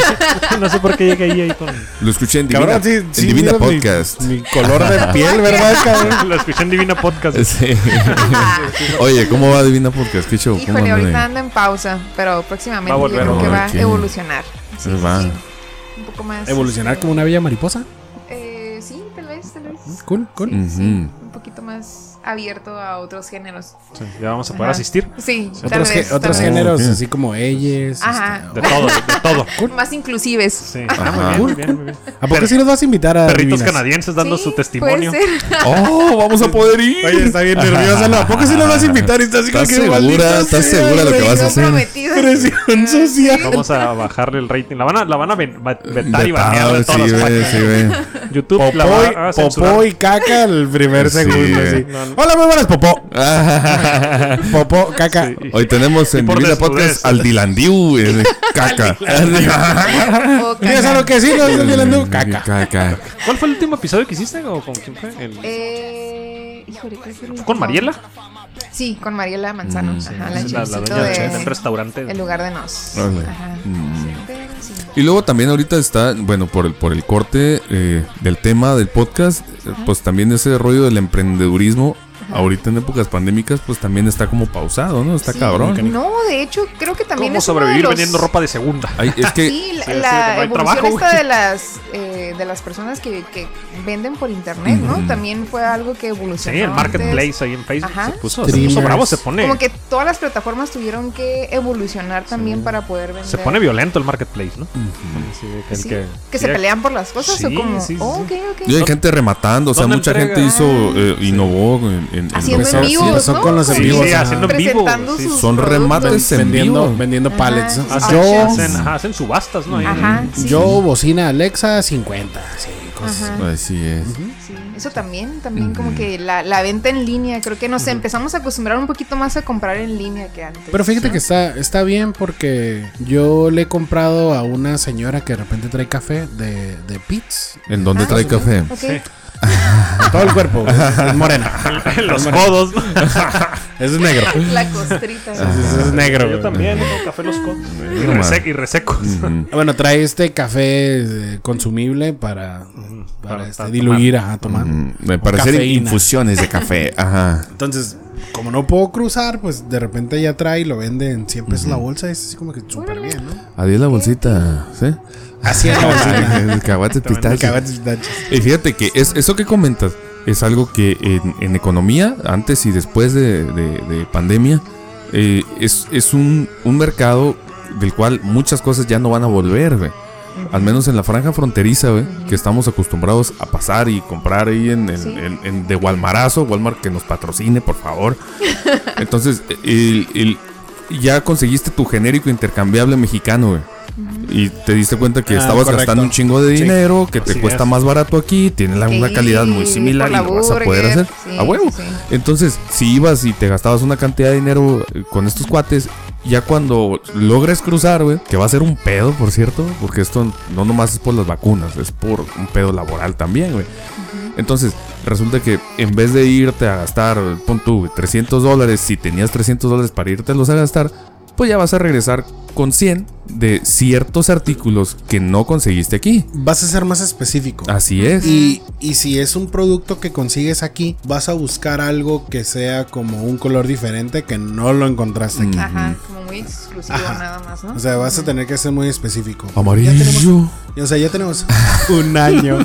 Speaker 2: [laughs] no sé por qué llegué ahí, ahí con.
Speaker 4: [laughs]
Speaker 2: [laughs]
Speaker 3: Lo escuché en Divina,
Speaker 5: Cabrón, sí,
Speaker 3: en
Speaker 5: sí,
Speaker 3: Divina
Speaker 5: mira mi-
Speaker 3: Podcast.
Speaker 5: Mi, color
Speaker 4: [laughs]
Speaker 5: de piel, ¿verdad, cabrón?
Speaker 2: Lo escuché en Divina Podcast.
Speaker 3: Sí.
Speaker 5: [laughs]
Speaker 3: [laughs] Oye, ¿cómo va Divina Podcast? ¿Qué show? ¿Cómo
Speaker 4: Híjole,
Speaker 3: andan
Speaker 4: ahorita
Speaker 3: ahí?
Speaker 4: anda en pausa, pero próximamente
Speaker 2: Va a
Speaker 4: yo
Speaker 2: volver,
Speaker 4: creo que
Speaker 3: ¿no?
Speaker 4: va
Speaker 3: Ok.
Speaker 4: a evolucionar. Sí, sí,
Speaker 3: Va.
Speaker 4: sí. Un poco más.
Speaker 5: Evolucionar como una bella mariposa.
Speaker 4: Eh, sí, tal vez, tal vez.
Speaker 5: Cool, cool.
Speaker 4: Sí, sí,
Speaker 3: Ujú.
Speaker 4: un poquito más abierto a otros géneros.
Speaker 2: Sí, ya vamos a poder
Speaker 4: Ajá.
Speaker 2: asistir.
Speaker 4: Sí, tal
Speaker 5: Otros,
Speaker 4: vez.
Speaker 5: gé- otros
Speaker 4: tal vez.
Speaker 5: géneros,
Speaker 3: Ok.
Speaker 5: así como ellas.
Speaker 4: Ajá.
Speaker 5: este,
Speaker 2: De todo, de todo.
Speaker 4: Más inclusives.
Speaker 2: Sí.
Speaker 3: Ajá.
Speaker 2: Ah, muy bien, muy bien, muy bien.
Speaker 5: ¿A poco sí los vas a invitar a
Speaker 2: Perritos
Speaker 5: Divinas?
Speaker 2: canadienses dando
Speaker 4: Sí,
Speaker 2: su testimonio.
Speaker 4: Puede ser.
Speaker 3: ¡Oh, vamos a poder ir!
Speaker 5: Oye, está bien nerviosa. ¿no? ¿A poco sí los vas a invitar? Y está así como
Speaker 3: ¿Estás
Speaker 5: que
Speaker 3: segura?
Speaker 5: maldita
Speaker 3: ¿Estás
Speaker 5: sea,
Speaker 3: segura de lo que
Speaker 5: güey.
Speaker 3: vas a hacer?
Speaker 4: Comprometido.
Speaker 5: Presión social.
Speaker 2: Vamos a bajarle el rating. La van a, la van a ven- va- vetar y banear
Speaker 3: Vetado,
Speaker 2: de todas
Speaker 3: sí,
Speaker 2: las
Speaker 3: ve,
Speaker 2: páginas.
Speaker 3: sí, ve.
Speaker 2: YouTube la
Speaker 5: Popó y-
Speaker 2: va a censurar.
Speaker 5: Popó y caca el primer
Speaker 3: Sí,
Speaker 5: segundo.
Speaker 3: güey.
Speaker 5: así.
Speaker 2: No, no.
Speaker 5: Hola, muy buenas, Popó. [laughs] Popó, caca.
Speaker 2: Sí.
Speaker 3: Hoy tenemos en
Speaker 2: por
Speaker 3: Divina
Speaker 2: desnudez.
Speaker 3: Podcast al Dilandiu, eh,
Speaker 2: [laughs]
Speaker 3: caca.
Speaker 4: O
Speaker 5: ¿Tienes
Speaker 4: cagar.
Speaker 5: algo que decir? ¿No estás violando? Caca.
Speaker 3: Caca.
Speaker 2: ¿Cuál fue el último episodio que hiciste? ¿O con quién fue? El-
Speaker 4: Eh, híjole, ¿cuál fue el
Speaker 2: ¿Con
Speaker 4: último?
Speaker 2: Mariela?
Speaker 4: Sí, con Mariela Manzano.
Speaker 3: Mm,
Speaker 4: Ajá, la,
Speaker 2: Es la, la
Speaker 4: chefcito
Speaker 2: dueña de,
Speaker 4: de-
Speaker 2: un restaurante.
Speaker 4: El lugar de nos.
Speaker 3: Órale. Mm.
Speaker 4: Ajá. Pero sí.
Speaker 3: Y luego también ahorita está, bueno, por el, por el corte eh, del tema del podcast, eh, pues también ese rollo del emprendedurismo, ahorita en épocas pandémicas, pues también está como pausado, ¿no? Está
Speaker 4: Sí.
Speaker 3: cabrón.
Speaker 4: No, de hecho, creo que también
Speaker 2: ¿Cómo
Speaker 4: es uno de
Speaker 2: sobrevivir
Speaker 4: los-
Speaker 2: vendiendo ropa de segunda?
Speaker 3: Ay, es que
Speaker 4: Sí, la,
Speaker 2: Sí, sí, que
Speaker 4: la
Speaker 2: no hay
Speaker 4: evolución
Speaker 2: trabajo,
Speaker 4: esta
Speaker 2: güey.
Speaker 4: de las eh, de las personas que, que venden por internet, ¿no?
Speaker 3: Ujú.
Speaker 4: También fue algo que
Speaker 2: Sí,
Speaker 4: evolucionó.
Speaker 2: el
Speaker 4: antes.
Speaker 2: marketplace ahí en Facebook
Speaker 4: Ajá.
Speaker 2: se puso, se puso
Speaker 5: Streamers.
Speaker 2: bravo, se pone.
Speaker 4: Como que todas las plataformas tuvieron que evolucionar también para poder vender.
Speaker 2: Se pone violento el marketplace, ¿no? Sí, el
Speaker 4: Sí,
Speaker 2: que,
Speaker 4: que, se
Speaker 2: sí,
Speaker 4: pelean por las cosas
Speaker 2: Sí,
Speaker 4: o como,
Speaker 2: sí, sí,
Speaker 4: oh, ok,
Speaker 2: sí.
Speaker 4: ok.
Speaker 3: y hay gente rematando, o sea,
Speaker 2: ¿Dónde
Speaker 3: mucha
Speaker 2: entrega?
Speaker 3: gente hizo, eh, innovó en, en- en lo
Speaker 4: Haciendo
Speaker 5: Empezó-
Speaker 4: en
Speaker 3: que-
Speaker 5: sí,
Speaker 4: vivo,
Speaker 5: empezó
Speaker 4: ¿no?
Speaker 5: con los en
Speaker 4: Sí,
Speaker 5: vivos, ajá.
Speaker 2: haciendo en vivo.
Speaker 4: presentando
Speaker 2: sí.
Speaker 4: sus
Speaker 3: Son remates
Speaker 4: productos.
Speaker 3: en
Speaker 5: Vendiendo,
Speaker 3: vivo.
Speaker 5: vendiendo
Speaker 4: Ajá, Ah,
Speaker 5: pallets. ¿no?
Speaker 4: sus
Speaker 5: Yo,
Speaker 4: actions.
Speaker 2: Hacen, ajá, hacen subastas, ¿no? Ahí.
Speaker 4: Ajá, sí.
Speaker 5: yo, bocina Alexa, 50. Sí, cosas.
Speaker 4: Ajá.
Speaker 3: Así es.
Speaker 4: Sí, eso también, también como que la, la venta en línea, creo que nos empezamos a acostumbrar un poquito más a comprar en línea que antes.
Speaker 5: Pero fíjate que está, está bien porque yo le he comprado a una señora que de repente trae café de, de Pitts.
Speaker 3: ¿En dónde trae café?
Speaker 4: Ok.
Speaker 5: Todo el cuerpo. Es morena.
Speaker 2: [laughs] Los codos, ¿no?
Speaker 5: Es negro.
Speaker 4: La costrita.
Speaker 3: Ah,
Speaker 5: Es, es negro.
Speaker 2: Yo
Speaker 5: güey.
Speaker 2: también, ¿no? café los codos. Y,
Speaker 3: no,
Speaker 2: resec-
Speaker 3: man.
Speaker 2: y resecos.
Speaker 5: [laughs]
Speaker 3: Mm,
Speaker 5: Bueno, trae este café eh, consumible para, para,
Speaker 2: para-
Speaker 5: este,
Speaker 2: para
Speaker 5: diluir, ajá, tomar.
Speaker 3: Mm,
Speaker 5: O
Speaker 3: Para hacer
Speaker 5: cafeína.
Speaker 3: infusiones de café. Ajá.
Speaker 5: Entonces, como no puedo cruzar, pues de repente ya trae y lo vende en 100 pesos la bolsa. Es así como que súper bien, ¿no?
Speaker 3: Adiós la bolsita, [laughs] ¿sí?
Speaker 5: Así [laughs] es la bolsita.
Speaker 3: Caguates
Speaker 5: Te
Speaker 3: pistache.
Speaker 5: cagas de pistachos.
Speaker 3: Y fíjate que es, eso que comentas es algo que en, en economía, antes y después de, de- de pandemia, eh, es, es un, un mercado del cual muchas cosas ya no van a volver, güey. Al menos en la franja fronteriza, güey, que estamos acostumbrados a pasar y comprar ahí en, en-
Speaker 4: Sí.
Speaker 3: en- en- de Walmarazo, Walmart que nos patrocine, por favor. Entonces, el- el- ya conseguiste tu genérico intercambiable mexicano, güey. Y te diste cuenta que
Speaker 5: Ah,
Speaker 3: estabas
Speaker 5: correcto.
Speaker 3: gastando un chingo de
Speaker 5: Sí.
Speaker 3: dinero, que te
Speaker 2: Así
Speaker 3: cuesta
Speaker 2: es.
Speaker 3: más barato aquí, tiene la- una
Speaker 4: Sí,
Speaker 3: calidad muy
Speaker 4: por
Speaker 3: similar y
Speaker 4: la
Speaker 3: lo vas a poder
Speaker 4: burger,
Speaker 3: hacer
Speaker 4: sí,
Speaker 3: a huevo.
Speaker 4: sí,
Speaker 3: Entonces, si ibas y te gastabas una cantidad de dinero eh, con estos cuates, ya cuando logres cruzar, güey, que va a ser un pedo, por cierto, porque esto no nomás es por las vacunas, es por un pedo laboral también, güey. Entonces, resulta que en vez de irte a gastar, eh, pon tú, güey, 300 dólares, si tenías 300 dólares para irtelos a gastar, pues ya vas a regresar con 100 de ciertos artículos que no conseguiste aquí.
Speaker 5: Vas a ser más específico.
Speaker 3: Así es.
Speaker 5: Y, y si es un producto que consigues aquí, vas a buscar algo que sea como un color diferente que no lo encontraste aquí.
Speaker 4: Ajá, como muy exclusivo
Speaker 5: Ajá.
Speaker 4: nada más, ¿no?
Speaker 5: O sea, vas a tener que ser muy específico.
Speaker 3: Amarillo.
Speaker 5: Ya tenemos- o sea, ya tenemos un año.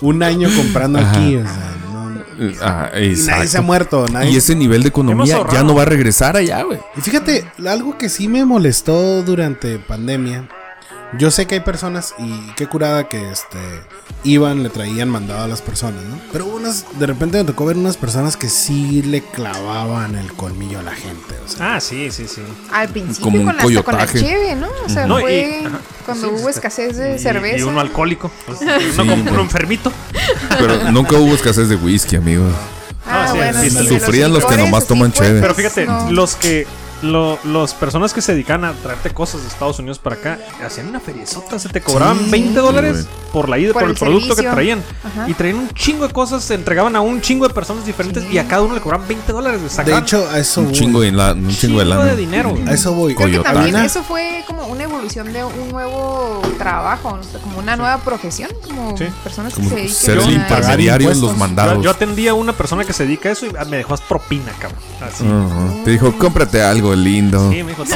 Speaker 5: un año comprando aquí. O sea, no-
Speaker 3: Ah,
Speaker 5: y nadie se ha
Speaker 3: exacto.
Speaker 5: muerto. Nadie.
Speaker 3: Y ese nivel de economía
Speaker 2: ahorrado.
Speaker 3: ya no va a regresar allá, güey.
Speaker 5: Y fíjate, algo que sí me molestó durante pandemia. Yo sé que hay personas y qué curada que este iban, le traían mandado a las personas, ¿no? Pero hubo unas, de repente me tocó ver unas personas que sí le clavaban el colmillo a la gente. O sea,
Speaker 2: Ah, sí, sí, sí.
Speaker 4: Al principio
Speaker 3: Como un
Speaker 4: con, la, hasta con la
Speaker 3: coyotaje.
Speaker 4: cheve, ¿no? O sea,
Speaker 2: No, y-
Speaker 4: fue
Speaker 2: ajá.
Speaker 4: cuando
Speaker 2: Sí,
Speaker 4: hubo
Speaker 2: está-
Speaker 4: escasez de
Speaker 2: Y-
Speaker 4: cerveza.
Speaker 2: Y uno alcohólico. pues, uno
Speaker 3: Sí,
Speaker 2: como
Speaker 3: güey.
Speaker 2: uno enfermito.
Speaker 5: [laughs]
Speaker 3: Pero nunca hubo escasez de whisky, amigos.
Speaker 2: Ah, sí, sí,
Speaker 4: de
Speaker 3: sufrían los que
Speaker 4: licores,
Speaker 3: nomás
Speaker 4: así,
Speaker 3: toman
Speaker 4: pues,
Speaker 3: cheve.
Speaker 2: Pero fíjate,
Speaker 4: no.
Speaker 2: los que. Lo, los personas que se dedican a traerte cosas de Estados Unidos para acá hacían una feriezota, se te cobraban
Speaker 5: Sí.
Speaker 2: 20 dólares por la ida,
Speaker 4: Por
Speaker 2: por,
Speaker 4: el
Speaker 2: el, producto que
Speaker 4: servicio.
Speaker 2: traían.
Speaker 4: Ajá.
Speaker 2: Y traían un chingo de cosas, se entregaban a un chingo de personas diferentes y a cada uno le cobraban 20 dólares. güey.
Speaker 5: de
Speaker 2: Sacaban
Speaker 5: hecho, a eso
Speaker 3: Un
Speaker 5: voy.
Speaker 3: chingo de, la- un chingo
Speaker 2: chingo
Speaker 3: de lana.
Speaker 2: de dinero, güey.
Speaker 5: A eso voy.
Speaker 4: Creo que
Speaker 3: Coyotana.
Speaker 4: también
Speaker 5: Había-
Speaker 4: eso fue como una evolución de un nuevo trabajo, ¿no? O sea, como una nueva profesión, como
Speaker 2: Sí.
Speaker 4: personas que
Speaker 3: Como
Speaker 4: se dediquen
Speaker 3: ser el
Speaker 4: a-
Speaker 3: intermediario en
Speaker 5: impuestos.
Speaker 3: los
Speaker 2: Yo,
Speaker 3: mandados.
Speaker 2: yo atendía a una persona que se dedica a eso y ah, me dejó propina, cabrón. Así.
Speaker 5: Mm,
Speaker 3: Ajá. Te dijo, cómprate algo lindo.
Speaker 2: Sí, me
Speaker 4: [laughs]
Speaker 2: dijo. Sí,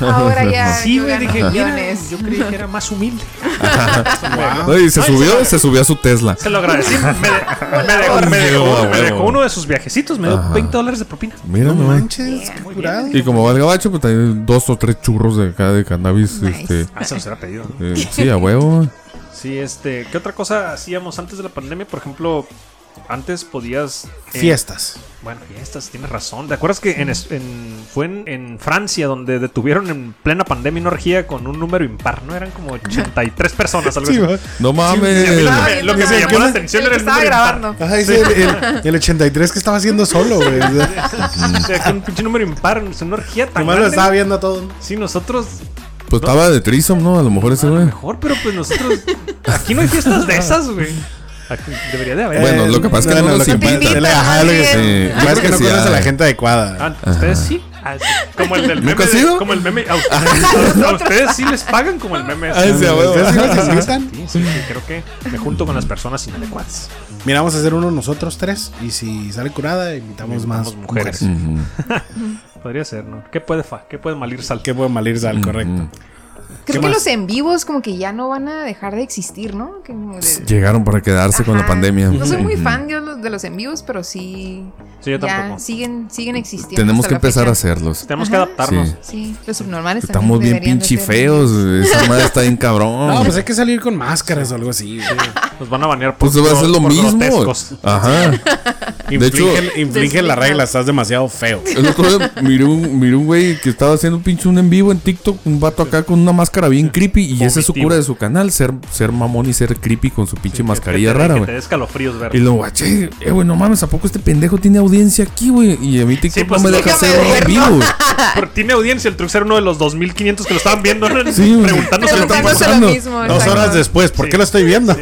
Speaker 4: Ahora ya.
Speaker 2: Sí,
Speaker 4: yo
Speaker 2: güey,
Speaker 4: gano
Speaker 2: dije, mira,
Speaker 4: millones.
Speaker 2: yo creí que era más humilde. [laughs]
Speaker 3: No, y se
Speaker 2: Ay,
Speaker 3: subió,
Speaker 2: sí.
Speaker 3: se subió a su Tesla.
Speaker 2: Se lo agradecí. Me, de- me dejó, me
Speaker 3: Sí,
Speaker 2: dejó-
Speaker 3: huevo,
Speaker 2: me dejó
Speaker 3: huevo.
Speaker 2: uno de sus viajecitos, me dio 20 dólares de propina.
Speaker 3: Mira,
Speaker 5: No
Speaker 3: no
Speaker 5: manches, qué curado.
Speaker 3: Y como va el gabacho, pues también dos o tres churros de acá de cannabis.
Speaker 4: Nice.
Speaker 3: Este,
Speaker 2: Ah, se nos era pedido, ¿no?
Speaker 3: eh,
Speaker 4: [laughs]
Speaker 3: sí, a huevo.
Speaker 2: Sí, este, ¿qué otra cosa hacíamos antes de la pandemia? Por ejemplo, antes podías... eh,
Speaker 5: Fiestas.
Speaker 2: Bueno, fiestas, tienes razón. ¿Te acuerdas que en, es- en- fue en, en Francia donde detuvieron en plena pandemia una orgía con un número impar, ¿no? Eran como 83 personas, algo
Speaker 5: Sí,
Speaker 2: así.
Speaker 5: va.
Speaker 3: No mames.
Speaker 2: Sí, a mí
Speaker 4: Ah,
Speaker 2: la-
Speaker 4: bien,
Speaker 2: lo que
Speaker 4: no,
Speaker 2: se
Speaker 4: no,
Speaker 2: llamó
Speaker 4: no,
Speaker 2: la
Speaker 4: no.
Speaker 2: atención
Speaker 4: El
Speaker 2: era
Speaker 4: que
Speaker 2: el
Speaker 4: estaba
Speaker 2: número impar.
Speaker 4: grabando.
Speaker 5: Ajá, ese, el, el 83 que estaba haciendo solo, [laughs] güey. O sea,
Speaker 2: O sea, que un pinche número impar, es una orgía tan
Speaker 5: Nomás lo estaba
Speaker 2: grande.
Speaker 5: viendo a todo.
Speaker 2: Sí, nosotros
Speaker 3: Pues estaba de Trisom, ¿no? A lo mejor ese
Speaker 2: A lo
Speaker 3: güey.
Speaker 2: mejor, pero pues nosotros. Aquí no hay fiestas de esas, güey. Aquí Debería de haber.
Speaker 3: Bueno, lo que pasa es que no
Speaker 5: lo
Speaker 3: nos
Speaker 5: que pasa
Speaker 3: invitan.
Speaker 5: es que- ajá, lo que-
Speaker 4: Sí.
Speaker 5: lo que pasa es que no
Speaker 3: Sí,
Speaker 5: conoces a la
Speaker 3: hay.
Speaker 5: gente adecuada.
Speaker 2: Ah, ¿Ustedes sí? Ah, sí. Como el del meme.
Speaker 3: ¿Nunca has
Speaker 2: de-
Speaker 3: ido?
Speaker 2: como el meme.
Speaker 3: [laughs]
Speaker 2: A ustedes, a ustedes sí les pagan como el meme. ese.
Speaker 3: Ah, sí, a huevo.
Speaker 5: ¿Ustedes sí los invitan?
Speaker 2: Sí, sí, sí, creo que me junto con las personas inadecuadas.
Speaker 5: Mira, vamos a hacer uno nosotros tres. Y si sale curada, invitamos más
Speaker 2: Invitamos
Speaker 5: mujeres.
Speaker 2: mujeres.
Speaker 3: Ujú.
Speaker 2: Podría ser, ¿no? ¿Qué puede fa? ¿Qué puede mal ir sal?
Speaker 5: Qué buen malir sal, correcto.
Speaker 4: Creo que
Speaker 5: más?
Speaker 4: los en vivos como que ya no van a dejar de existir, ¿no? Que como de-
Speaker 3: Llegaron para quedarse con la
Speaker 4: Ajá.
Speaker 3: pandemia.
Speaker 4: No soy muy
Speaker 3: Ujú.
Speaker 4: fan yo los- de los en vivos, pero sí.
Speaker 2: Sí, yo
Speaker 4: ya
Speaker 2: tampoco.
Speaker 4: siguen, siguen existiendo.
Speaker 3: Tenemos
Speaker 4: hasta
Speaker 3: que
Speaker 4: la
Speaker 3: empezar
Speaker 4: fecha.
Speaker 3: a hacerlos.
Speaker 2: Tenemos que adaptarnos.
Speaker 3: Sí.
Speaker 4: Sí, los subnormales
Speaker 3: Estamos
Speaker 4: también
Speaker 3: bien
Speaker 4: deberían de
Speaker 3: pinche
Speaker 4: ser-
Speaker 3: feos. Esa madre está bien cabrón.
Speaker 5: [laughs] No, pues hay que salir con máscaras o algo así.
Speaker 2: Nos van a banear por
Speaker 3: Pues va a ser lo
Speaker 2: por
Speaker 3: mismo.
Speaker 2: grotescos.
Speaker 4: [laughs]
Speaker 3: Ajá. De hecho,
Speaker 5: Infringe- infringe la regla, estás demasiado feo.
Speaker 3: el otro día miré un, miré un güey que estaba haciendo un pinche un en vivo en TikTok, un vato acá con una máscara bien creepy y esa es su
Speaker 2: Vomitivo.
Speaker 3: cura de su canal, ser, ser mamón y ser creepy con su
Speaker 2: Que-
Speaker 3: pinche
Speaker 2: que
Speaker 3: mascarilla
Speaker 2: te- Que
Speaker 3: rara,
Speaker 2: te
Speaker 3: güey.
Speaker 2: dé escalofríos, ver.
Speaker 3: Y lo guaché, eh, güey, no mames, ¿a poco este pendejo tiene audiencia aquí, güey? Y a mí TikTok
Speaker 2: Sí, pues,
Speaker 3: no me deja
Speaker 4: déjame
Speaker 3: hacer
Speaker 4: ver,
Speaker 3: en
Speaker 4: ¿no?
Speaker 3: vivo.
Speaker 2: Pero tiene audiencia el Truxer, uno de los 2500 que lo estaban viendo, ¿no?
Speaker 3: Sí, güey.
Speaker 2: preguntándose lo que
Speaker 4: Preguntándose
Speaker 2: pasaba.
Speaker 4: lo mismo,
Speaker 5: Dos
Speaker 4: exacto.
Speaker 5: horas después, ¿por qué
Speaker 2: Sí.
Speaker 5: lo estoy viendo?
Speaker 2: Sí.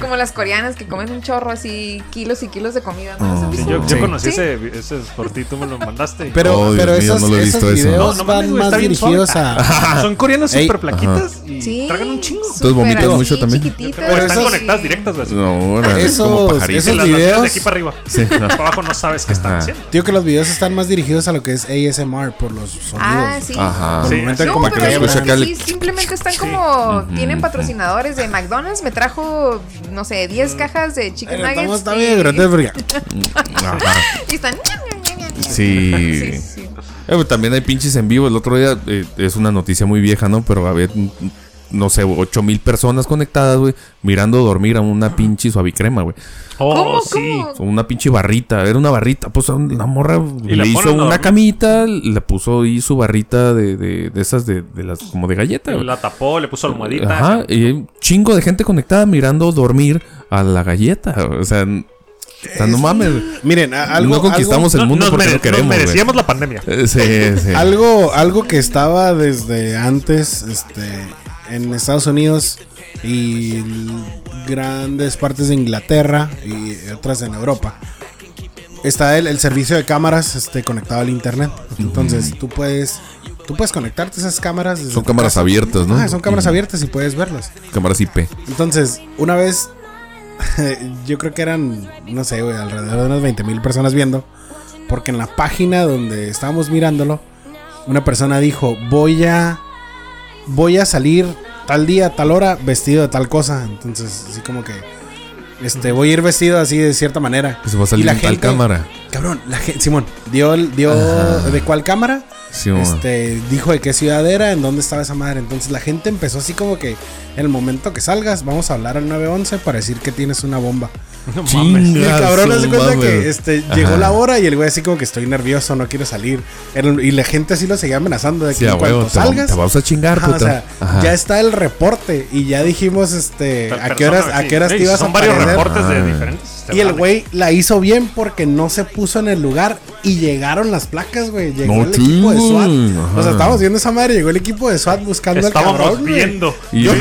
Speaker 4: Como las coreanas que comen un chorro así, kilos y kilos de comida. ¿no? ¿Has
Speaker 3: Sí,
Speaker 4: visto?
Speaker 2: Yo, yo
Speaker 5: Sí.
Speaker 2: conocí
Speaker 4: Sí.
Speaker 2: ese, ese sportito, tú me lo mandaste.
Speaker 5: Pero,
Speaker 3: Oh, Dios
Speaker 5: pero
Speaker 3: mío,
Speaker 5: esos,
Speaker 3: no lo he
Speaker 5: esos
Speaker 3: visto eso.
Speaker 5: videos
Speaker 2: No, no mames,
Speaker 5: van
Speaker 2: güey,
Speaker 5: más
Speaker 2: está bien
Speaker 5: dirigidos
Speaker 2: suave.
Speaker 5: a.
Speaker 2: Son coreanas
Speaker 5: Ey.
Speaker 2: súper plaquitas y
Speaker 4: Sí.
Speaker 2: tragan un chingo.
Speaker 4: súper
Speaker 3: vomitan
Speaker 4: así,
Speaker 3: mucho también.
Speaker 4: chiquititas,
Speaker 2: Pero están
Speaker 5: esos-
Speaker 2: conectadas directas, güey.
Speaker 3: No, órale, es como
Speaker 5: Esos-
Speaker 3: pajarito.
Speaker 5: esos-
Speaker 2: Y las
Speaker 5: videos-
Speaker 2: nacidas de aquí para arriba. Para abajo no sabes qué están
Speaker 3: Ajá.
Speaker 2: haciendo.
Speaker 5: Tío, que los videos están más dirigidos a lo que es ASMR por los sonidos.
Speaker 4: Ah, sí.
Speaker 3: Ajá.
Speaker 5: Por
Speaker 2: Sí,
Speaker 5: el
Speaker 2: así
Speaker 5: momento de
Speaker 4: No,
Speaker 5: como
Speaker 4: pero
Speaker 5: que
Speaker 4: es
Speaker 3: escucha
Speaker 5: hablan.
Speaker 4: que
Speaker 3: acá
Speaker 4: sí, simplemente están como. Tienen patrocinadores de McDonald's. Me trajo, no sé, 10 cajas de chicken
Speaker 5: Pero
Speaker 4: nuggets.
Speaker 5: estamos
Speaker 4: y-
Speaker 5: también grandes, porque-
Speaker 3: Ajá.
Speaker 4: Y están.
Speaker 3: Sí.
Speaker 4: Sí,
Speaker 3: [laughs]
Speaker 4: sí.
Speaker 3: Eh, pero también hay pinches en vivo. El otro día eh, es una noticia muy vieja, ¿no? Pero había, mm, no sé, ocho mil personas conectadas, güey, mirando dormir a una pinche suavicrema, güey.
Speaker 2: Oh,
Speaker 4: ¿Cómo,
Speaker 2: sí.
Speaker 4: cómo?
Speaker 3: Una pinche barrita, era una barrita. Pues a un- la morra
Speaker 2: Y
Speaker 3: le
Speaker 2: la
Speaker 3: hizo
Speaker 2: ponen a
Speaker 3: una
Speaker 2: dormir.
Speaker 3: camita, le puso ahí su barrita de, de, de esas de, de las como de galleta, güey.
Speaker 2: La tapó, le puso almohadita.
Speaker 3: Ajá, y hay un chingo de gente conectada mirando dormir a la galleta. O sea, n- o sea, no mames. güey.
Speaker 5: Miren, a- algo,
Speaker 3: no conquistamos
Speaker 2: No,
Speaker 3: el mundo
Speaker 2: nos,
Speaker 3: porque
Speaker 2: mere-
Speaker 3: no
Speaker 2: nos
Speaker 3: queremos. güey.
Speaker 2: merecíamos la pandemia.
Speaker 5: [laughs]
Speaker 3: Eh, Sí, sí.
Speaker 5: Algo, algo que estaba desde antes este, en Estados Unidos y l- grandes partes de Inglaterra y otras en Europa. está el, el servicio de cámaras este, conectado al internet. Entonces tú puedes tú puedes conectarte a esas cámaras. desde
Speaker 3: Son
Speaker 5: tu
Speaker 3: cámaras
Speaker 5: casa.
Speaker 3: abiertas, ¿no?
Speaker 5: Ah, son cámaras abiertas y puedes verlas.
Speaker 3: Cámaras IP.
Speaker 5: Entonces, una vez, [laughs] yo creo que eran, no sé, güey, alrededor de unas 20 mil personas viendo. Porque en la página donde estábamos mirándolo, una persona dijo, voy a, voy a salir tal día, tal hora, vestido de tal cosa. Entonces, así como que, este, voy a ir vestido así de cierta manera.
Speaker 3: Que se Pues va a salir
Speaker 5: Y la
Speaker 3: en tal
Speaker 5: gente-
Speaker 3: cámara.
Speaker 5: Cabrón, la gente, Simón, dio, el- dio de cuál cámara.
Speaker 3: Sí, mamá.
Speaker 5: Este, dijo de qué ciudad era, en dónde estaba esa madre. Entonces la gente empezó así como que, en el momento que salgas, vamos a hablar al 911 para decir que tienes una bomba.
Speaker 2: No
Speaker 3: Chinga.
Speaker 5: Y el
Speaker 3: Ah,
Speaker 5: cabrón
Speaker 3: su
Speaker 5: hace cuenta
Speaker 3: madre.
Speaker 5: que este,
Speaker 3: Ajá.
Speaker 5: llegó la hora y el güey así como que estoy nervioso, no quiero salir. El- y la gente así lo seguía amenazando de que
Speaker 3: Sí, a
Speaker 5: en cuanto
Speaker 3: huevo, te, va-
Speaker 5: salgas.
Speaker 3: te vas a chingar,
Speaker 5: Ajá, o
Speaker 3: puta.
Speaker 5: sea,
Speaker 3: Ajá.
Speaker 5: ya está el reporte y ya dijimos este
Speaker 2: Tal
Speaker 5: a qué
Speaker 2: persona,
Speaker 5: horas a
Speaker 2: sí.
Speaker 5: qué horas
Speaker 2: Ey,
Speaker 5: te ibas
Speaker 2: Son
Speaker 5: a
Speaker 2: varios
Speaker 5: aparecer.
Speaker 2: reportes de
Speaker 3: Ah.
Speaker 2: diferentes.
Speaker 5: Y el güey la hizo bien porque no se puso en el lugar y llegaron las placas, güey. Llegó
Speaker 3: No
Speaker 5: el equipo de SWAT.
Speaker 3: chingues, ajá.
Speaker 5: O sea, estábamos viendo esa madre. Llegó el equipo de SWAT buscando
Speaker 2: Estábamos
Speaker 5: al cabrón. güey.
Speaker 2: viendo.
Speaker 5: [laughs]
Speaker 3: Y no,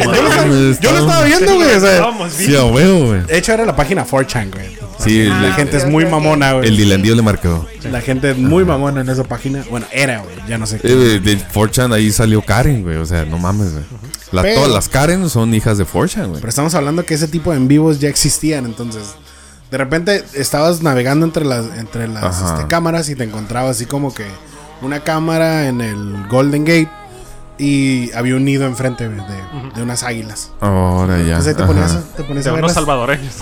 Speaker 3: mames,
Speaker 5: Yo lo
Speaker 3: estaba-
Speaker 5: estaba viendo, Eh, güey. O sea,
Speaker 2: Estábamos
Speaker 3: Sí,
Speaker 2: viendo.
Speaker 3: a huevo, güey.
Speaker 5: de hecho, era la página 4chan, güey.
Speaker 3: Sí, el,
Speaker 5: La gente es
Speaker 4: Yo
Speaker 5: muy
Speaker 4: creo que-
Speaker 5: mamona, güey.
Speaker 3: el Dilandío le marcó.
Speaker 5: La gente es muy mamona en esa página. Bueno, era, güey. Ya no sé.
Speaker 3: Eh, de- de 4chan ahí salió Karen, güey. O sea, no mames, güey. La-
Speaker 5: Pero-
Speaker 3: todas las Karen son hijas de 4chan, güey.
Speaker 5: Pero estamos hablando que ese tipo de en vivos ya existían, entonces. De repente estabas navegando entre las, entre las
Speaker 3: Ajá.
Speaker 5: este, cámaras y te encontrabas así como que una cámara en el Golden Gate y había un nido enfrente güey, de, de unas águilas.
Speaker 3: Ahora
Speaker 5: Entonces
Speaker 3: ya.
Speaker 5: Pues ahí te
Speaker 3: ajá.
Speaker 5: ponías, a- te ponías
Speaker 2: De
Speaker 5: a ver.
Speaker 2: unos
Speaker 5: las- [laughs]
Speaker 2: salvadoreños.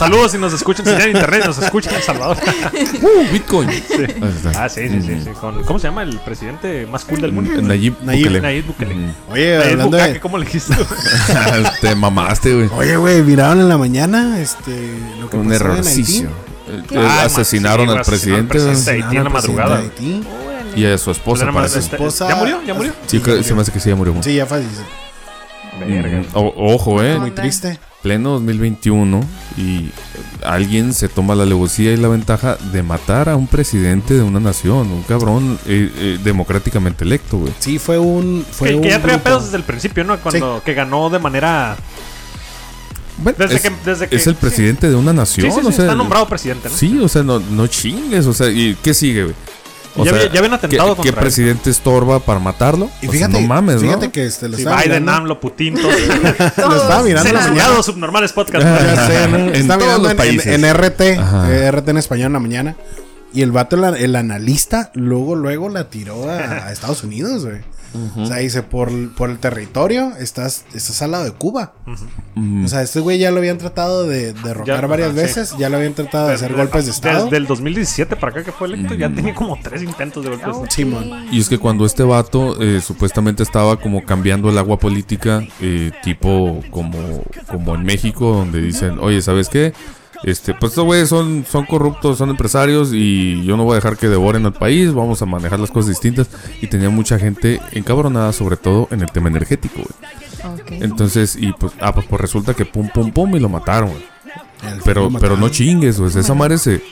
Speaker 2: [laughs] Saludos si nos escuchan. Si tienen internet, nos escuchan en Salvador.
Speaker 3: Uh, Bitcoin. Ahí está.
Speaker 2: Ah, sí, sí, sí. sí. Con- ¿Cómo se llama el presidente más cool del mundo?
Speaker 3: Nayib
Speaker 5: Nayib-
Speaker 3: Bukele.
Speaker 2: Nayib Bukele.
Speaker 3: Mm.
Speaker 5: Oye,
Speaker 2: Nayib
Speaker 5: hablando
Speaker 2: Bukake,
Speaker 5: de.
Speaker 2: ¿Cómo le
Speaker 5: [laughs]
Speaker 2: dijiste?
Speaker 3: [laughs] Te mamaste, güey.
Speaker 5: Oye, güey, miraron en la mañana este, lo que
Speaker 3: Un
Speaker 5: pasó en
Speaker 3: errorcicio.
Speaker 5: Haití.
Speaker 3: Eh,
Speaker 4: ¿Qué?
Speaker 3: eh,
Speaker 2: Ah,
Speaker 3: asesinaron
Speaker 2: sí,
Speaker 3: al presidente
Speaker 2: presidente.
Speaker 3: güey,
Speaker 2: Haití en la
Speaker 5: Asesinaron al presidente
Speaker 2: madrugada.
Speaker 5: de pues, Haití.
Speaker 3: y a su
Speaker 2: Pues
Speaker 3: esposa,
Speaker 2: era más-
Speaker 3: parece.
Speaker 2: este-
Speaker 5: esposa-
Speaker 2: ¿Ya murió? ¿Ya murió?
Speaker 3: Sí, creo- se me hace que sí ya murió.
Speaker 5: Sí, ya falleció.
Speaker 2: Verga.
Speaker 3: Mm, o- ojo, eh.
Speaker 5: Muy
Speaker 4: Onda.
Speaker 5: triste.
Speaker 3: Pleno 2021 y alguien se toma la alevosía y la ventaja de matar a un presidente de una nación, un cabrón eh, eh, democráticamente electo, güey.
Speaker 5: Sí, fue un. Fue
Speaker 2: Que, que ya
Speaker 5: un
Speaker 2: traía
Speaker 5: grupo.
Speaker 2: pedos desde el principio, ¿no? Cuando que ganó de manera.
Speaker 3: Bueno,
Speaker 2: Desde
Speaker 3: es,
Speaker 2: que- desde que-
Speaker 3: es el
Speaker 2: sí.
Speaker 3: presidente de una
Speaker 2: Sí, sí,
Speaker 3: nación,
Speaker 2: sí,
Speaker 3: o sea,
Speaker 2: está nombrado presidente, ¿no?
Speaker 3: Sí, o sea, no, no chingues, o sea, ¿y qué sigue, güey? O
Speaker 2: Ya
Speaker 3: sea,
Speaker 2: había- ya habían atentado
Speaker 3: ¿qué, qué
Speaker 2: contra él.
Speaker 3: presidente estorba para matarlo?
Speaker 5: Y
Speaker 3: O sea,
Speaker 5: fíjate,
Speaker 3: no mames,
Speaker 5: fíjate
Speaker 3: ¿no?
Speaker 5: que este, lo
Speaker 2: Sí,
Speaker 5: estaba
Speaker 2: Biden,
Speaker 5: mirando-
Speaker 2: AMLO, Putin, todos.
Speaker 4: Todos.
Speaker 5: estaba mirando
Speaker 4: Nada.
Speaker 5: la
Speaker 2: Señalados, subnormales podcast.
Speaker 3: [laughs]
Speaker 5: Ya sé, ¿no?
Speaker 3: En
Speaker 5: Estaba
Speaker 3: todos
Speaker 5: mirando
Speaker 3: los
Speaker 5: en-
Speaker 3: países.
Speaker 5: En, en RT,
Speaker 3: Ajá.
Speaker 5: eh, RT en español en la mañana. Y el vato, la- el analista, luego, luego la tiró a, a Estados Unidos, güey. O sea, dice, por, por el territorio estás, estás al lado de Cuba.
Speaker 3: Mm.
Speaker 5: O sea, este güey ya lo habían tratado de derrocar
Speaker 2: Ya,
Speaker 5: varias
Speaker 2: ajá, sí.
Speaker 5: veces, ya lo habían tratado de hacer golpes de Estado.
Speaker 2: Desde el 2017 para acá que fue electo, ya tenía como tres intentos de golpes. de estado.
Speaker 5: Simón.
Speaker 3: Y es que cuando este vato eh, supuestamente estaba como cambiando el agua política, eh, tipo como, como en México, donde dicen, oye, ¿sabes qué? Este, pues estos güeyes son, son corruptos, son empresarios y yo no voy a dejar que devoren al país, vamos a manejar las cosas distintas. Y tenía mucha gente encabronada, sobre todo en el tema energético, güey.
Speaker 4: Ok.
Speaker 3: Entonces, y pues, ah, pues, pues resulta que pum, pum, pum, y lo mataron, güey.
Speaker 5: El-
Speaker 3: Pero,
Speaker 5: lo
Speaker 3: pero no
Speaker 5: mataron.
Speaker 3: chingues, güey. Esa madre se,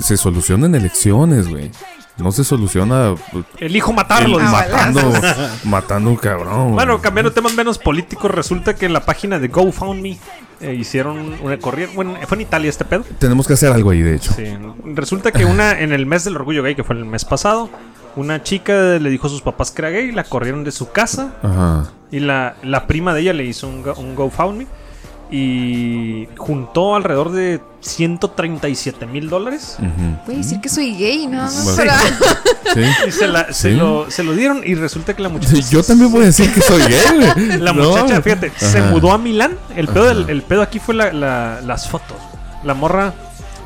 Speaker 3: se soluciona en elecciones, güey. No se soluciona
Speaker 2: Elijo matarlo.
Speaker 3: el
Speaker 2: dice.
Speaker 3: [laughs] matando, matando un cabrón. güey.
Speaker 2: Bueno, cambiando temas menos políticos, resulta que en la página de GoFundMe eh, hicieron una corrida. Bueno, fue en Italia este pedo.
Speaker 3: tenemos que hacer algo ahí, de hecho.
Speaker 2: Sí, Resulta que una, en el mes del orgullo gay, que fue el mes pasado, una chica le dijo a sus papás que era gay, la corrieron de su casa
Speaker 3: Ajá.
Speaker 2: y la, la prima de ella le hizo un, go- un GoFundMe y juntó alrededor de 137 mil dólares.
Speaker 3: ujú.
Speaker 4: Voy a decir que soy gay, nada más.
Speaker 3: Bueno.
Speaker 4: para-
Speaker 2: Y se, la- se
Speaker 3: Sí.
Speaker 2: lo, se lo dieron y resulta que la muchacha...
Speaker 3: Sí. Yo también voy a decir que soy gay, güey.
Speaker 2: [laughs] La
Speaker 3: No.
Speaker 2: muchacha, fíjate, se
Speaker 3: Ajá.
Speaker 2: mudó a Milán. El pedo, del- el pedo aquí fue la- la- las fotos. La morra.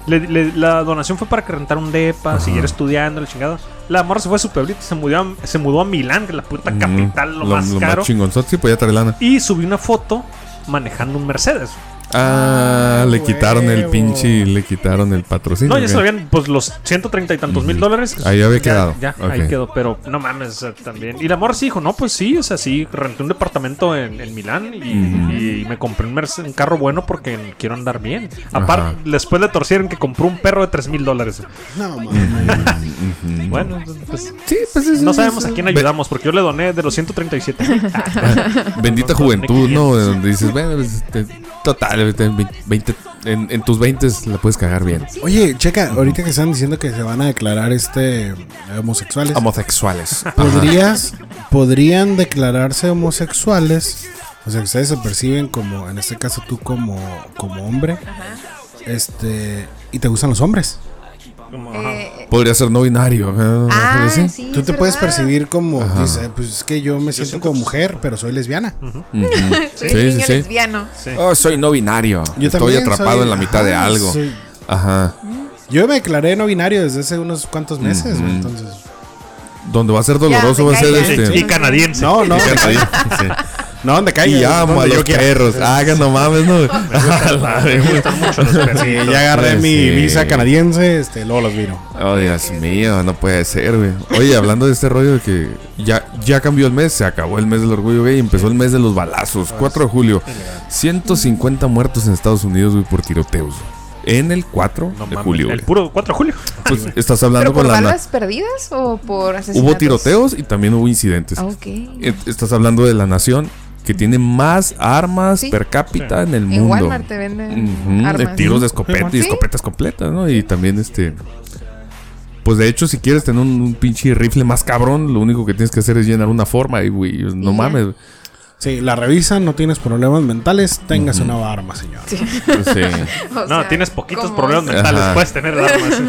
Speaker 2: le- le- la donación fue para que rentara un depa, siguiera estudiando, la chingada. La morra se fue a su pueblito, se mudó a, se mudó a Milán, que es la puta
Speaker 3: Ujú.
Speaker 2: capital, lo, más caro.
Speaker 3: chingonzote, sí, pues ya trae lana.
Speaker 2: y subió una foto manejando un Mercedes.
Speaker 3: Ah, le
Speaker 5: huevo.
Speaker 3: quitaron el pinche, le quitaron el patrocinio.
Speaker 2: No, ya se lo
Speaker 3: güey.
Speaker 2: habían, pues los 130 y tantos mil dólares. pues,
Speaker 3: Ahí había
Speaker 2: Ya-
Speaker 3: quedado.
Speaker 2: Ya,
Speaker 3: Ok.
Speaker 2: ahí quedó, pero no mames, o sea, también. Y la morra sí dijo, no, pues sí, o sea, sí, renté un departamento en, en Milán y, y me compré un, Merce- un carro bueno porque quiero andar bien.
Speaker 3: Ajá.
Speaker 2: Aparte, después le torcieron que compró un perro de 3 mil dólares.
Speaker 5: No, mames.
Speaker 3: Ujú.
Speaker 2: Bueno, pues
Speaker 3: Sí, pues es-
Speaker 2: no
Speaker 3: es-
Speaker 2: sabemos a
Speaker 3: es-
Speaker 2: quién
Speaker 3: Ve-
Speaker 2: ayudamos porque yo le doné de los 137.
Speaker 3: Bendita
Speaker 2: [laughs] Nos doné
Speaker 3: juventud, ¿no?
Speaker 2: 500.
Speaker 3: Donde dices, bueno, pues, este, total, chale, en, 20 en, en tus 20 la puedes cagar bien.
Speaker 5: Oye, checa, ahorita que están diciendo que se van a declarar este homosexuales.
Speaker 3: Homosexuales.
Speaker 5: ¿Podrías, podrían declararse homosexuales. O sea, que ustedes se perciben como, en este caso tú como, como hombre. Este, y te gustan los hombres.
Speaker 2: Como, ajá.
Speaker 4: Eh,
Speaker 3: Podría ser no binario. ¿eh?
Speaker 4: ah,
Speaker 3: ¿Sí?
Speaker 4: sí,
Speaker 5: tú
Speaker 4: es
Speaker 5: te puedes
Speaker 4: verdad.
Speaker 5: percibir como, dices, pues es que yo me siento como mujer, pero soy lesbiana.
Speaker 3: Ujú.
Speaker 4: Soy
Speaker 3: Sí,
Speaker 4: un
Speaker 3: sí,
Speaker 4: niño
Speaker 3: sí.
Speaker 4: lesbiano.
Speaker 3: Oh, soy no binario.
Speaker 5: Yo
Speaker 3: Estoy
Speaker 5: también
Speaker 3: atrapado
Speaker 5: soy-
Speaker 3: en la mitad de
Speaker 5: ajá,
Speaker 3: algo.
Speaker 5: soy-
Speaker 3: Ajá.
Speaker 5: yo me declaré no binario desde hace unos cuantos meses, güey, entonces.
Speaker 3: Donde va a ser
Speaker 4: Ya,
Speaker 3: doloroso
Speaker 4: me
Speaker 3: va a ser
Speaker 4: cae, ya.
Speaker 3: este.
Speaker 2: Y canadiense.
Speaker 5: No, no,
Speaker 3: Sí, sí, sí.
Speaker 5: no, donde caiga.
Speaker 3: Y amo a
Speaker 5: donde yo
Speaker 3: los
Speaker 5: quiera.
Speaker 3: perros. Ah, que no mames, [laughs] no. A la vez.
Speaker 2: Mucho los perros.
Speaker 5: [laughs] Sí, ya agarré
Speaker 3: Pues
Speaker 5: mi
Speaker 3: sí.
Speaker 5: visa canadiense, este, luego los vino.
Speaker 3: Oh, Dios mío, no puede ser, güey. Oye, hablando de este rollo de que ya, ya cambió el mes, se acabó el mes del orgullo gay y empezó el mes de los
Speaker 5: Ah,
Speaker 3: balazos. 4 de julio. 150 muertos en Estados Unidos, güey, por tiroteos. En el 4
Speaker 2: No
Speaker 3: de
Speaker 2: mames,
Speaker 3: julio,
Speaker 2: El
Speaker 3: güey.
Speaker 2: puro 4 de julio.
Speaker 3: Pues estás hablando
Speaker 4: ¿Pero por
Speaker 3: con la.
Speaker 4: balas perdidas o por asesinatos?
Speaker 3: Hubo tiroteos y también hubo incidentes.
Speaker 4: Ah, ok.
Speaker 3: Eh, Estás hablando de la nación que tiene más armas
Speaker 4: Sí.
Speaker 3: per cápita en el
Speaker 4: En
Speaker 3: mundo.
Speaker 4: Walmart te venden
Speaker 3: Ujú, de
Speaker 4: armas.
Speaker 3: tiros de escopeta y
Speaker 4: Sí.
Speaker 3: escopetas completas, ¿no? Y también este. Pues de hecho, si quieres tener un, un pinche rifle más cabrón, lo único que tienes que hacer es llenar una forma y, güey, no
Speaker 4: ya.
Speaker 3: mames.
Speaker 5: Sí, la revisan, no tienes problemas mentales, tengas una arma, señor.
Speaker 3: Sí.
Speaker 4: [laughs] [laughs] O
Speaker 2: No,
Speaker 4: sea,
Speaker 2: tienes poquitos
Speaker 4: ¿cómo
Speaker 2: problemas
Speaker 3: [laughs]
Speaker 4: es?
Speaker 2: mentales.
Speaker 3: Ajá.
Speaker 2: Puedes tener el
Speaker 4: [laughs]
Speaker 2: arma. sí.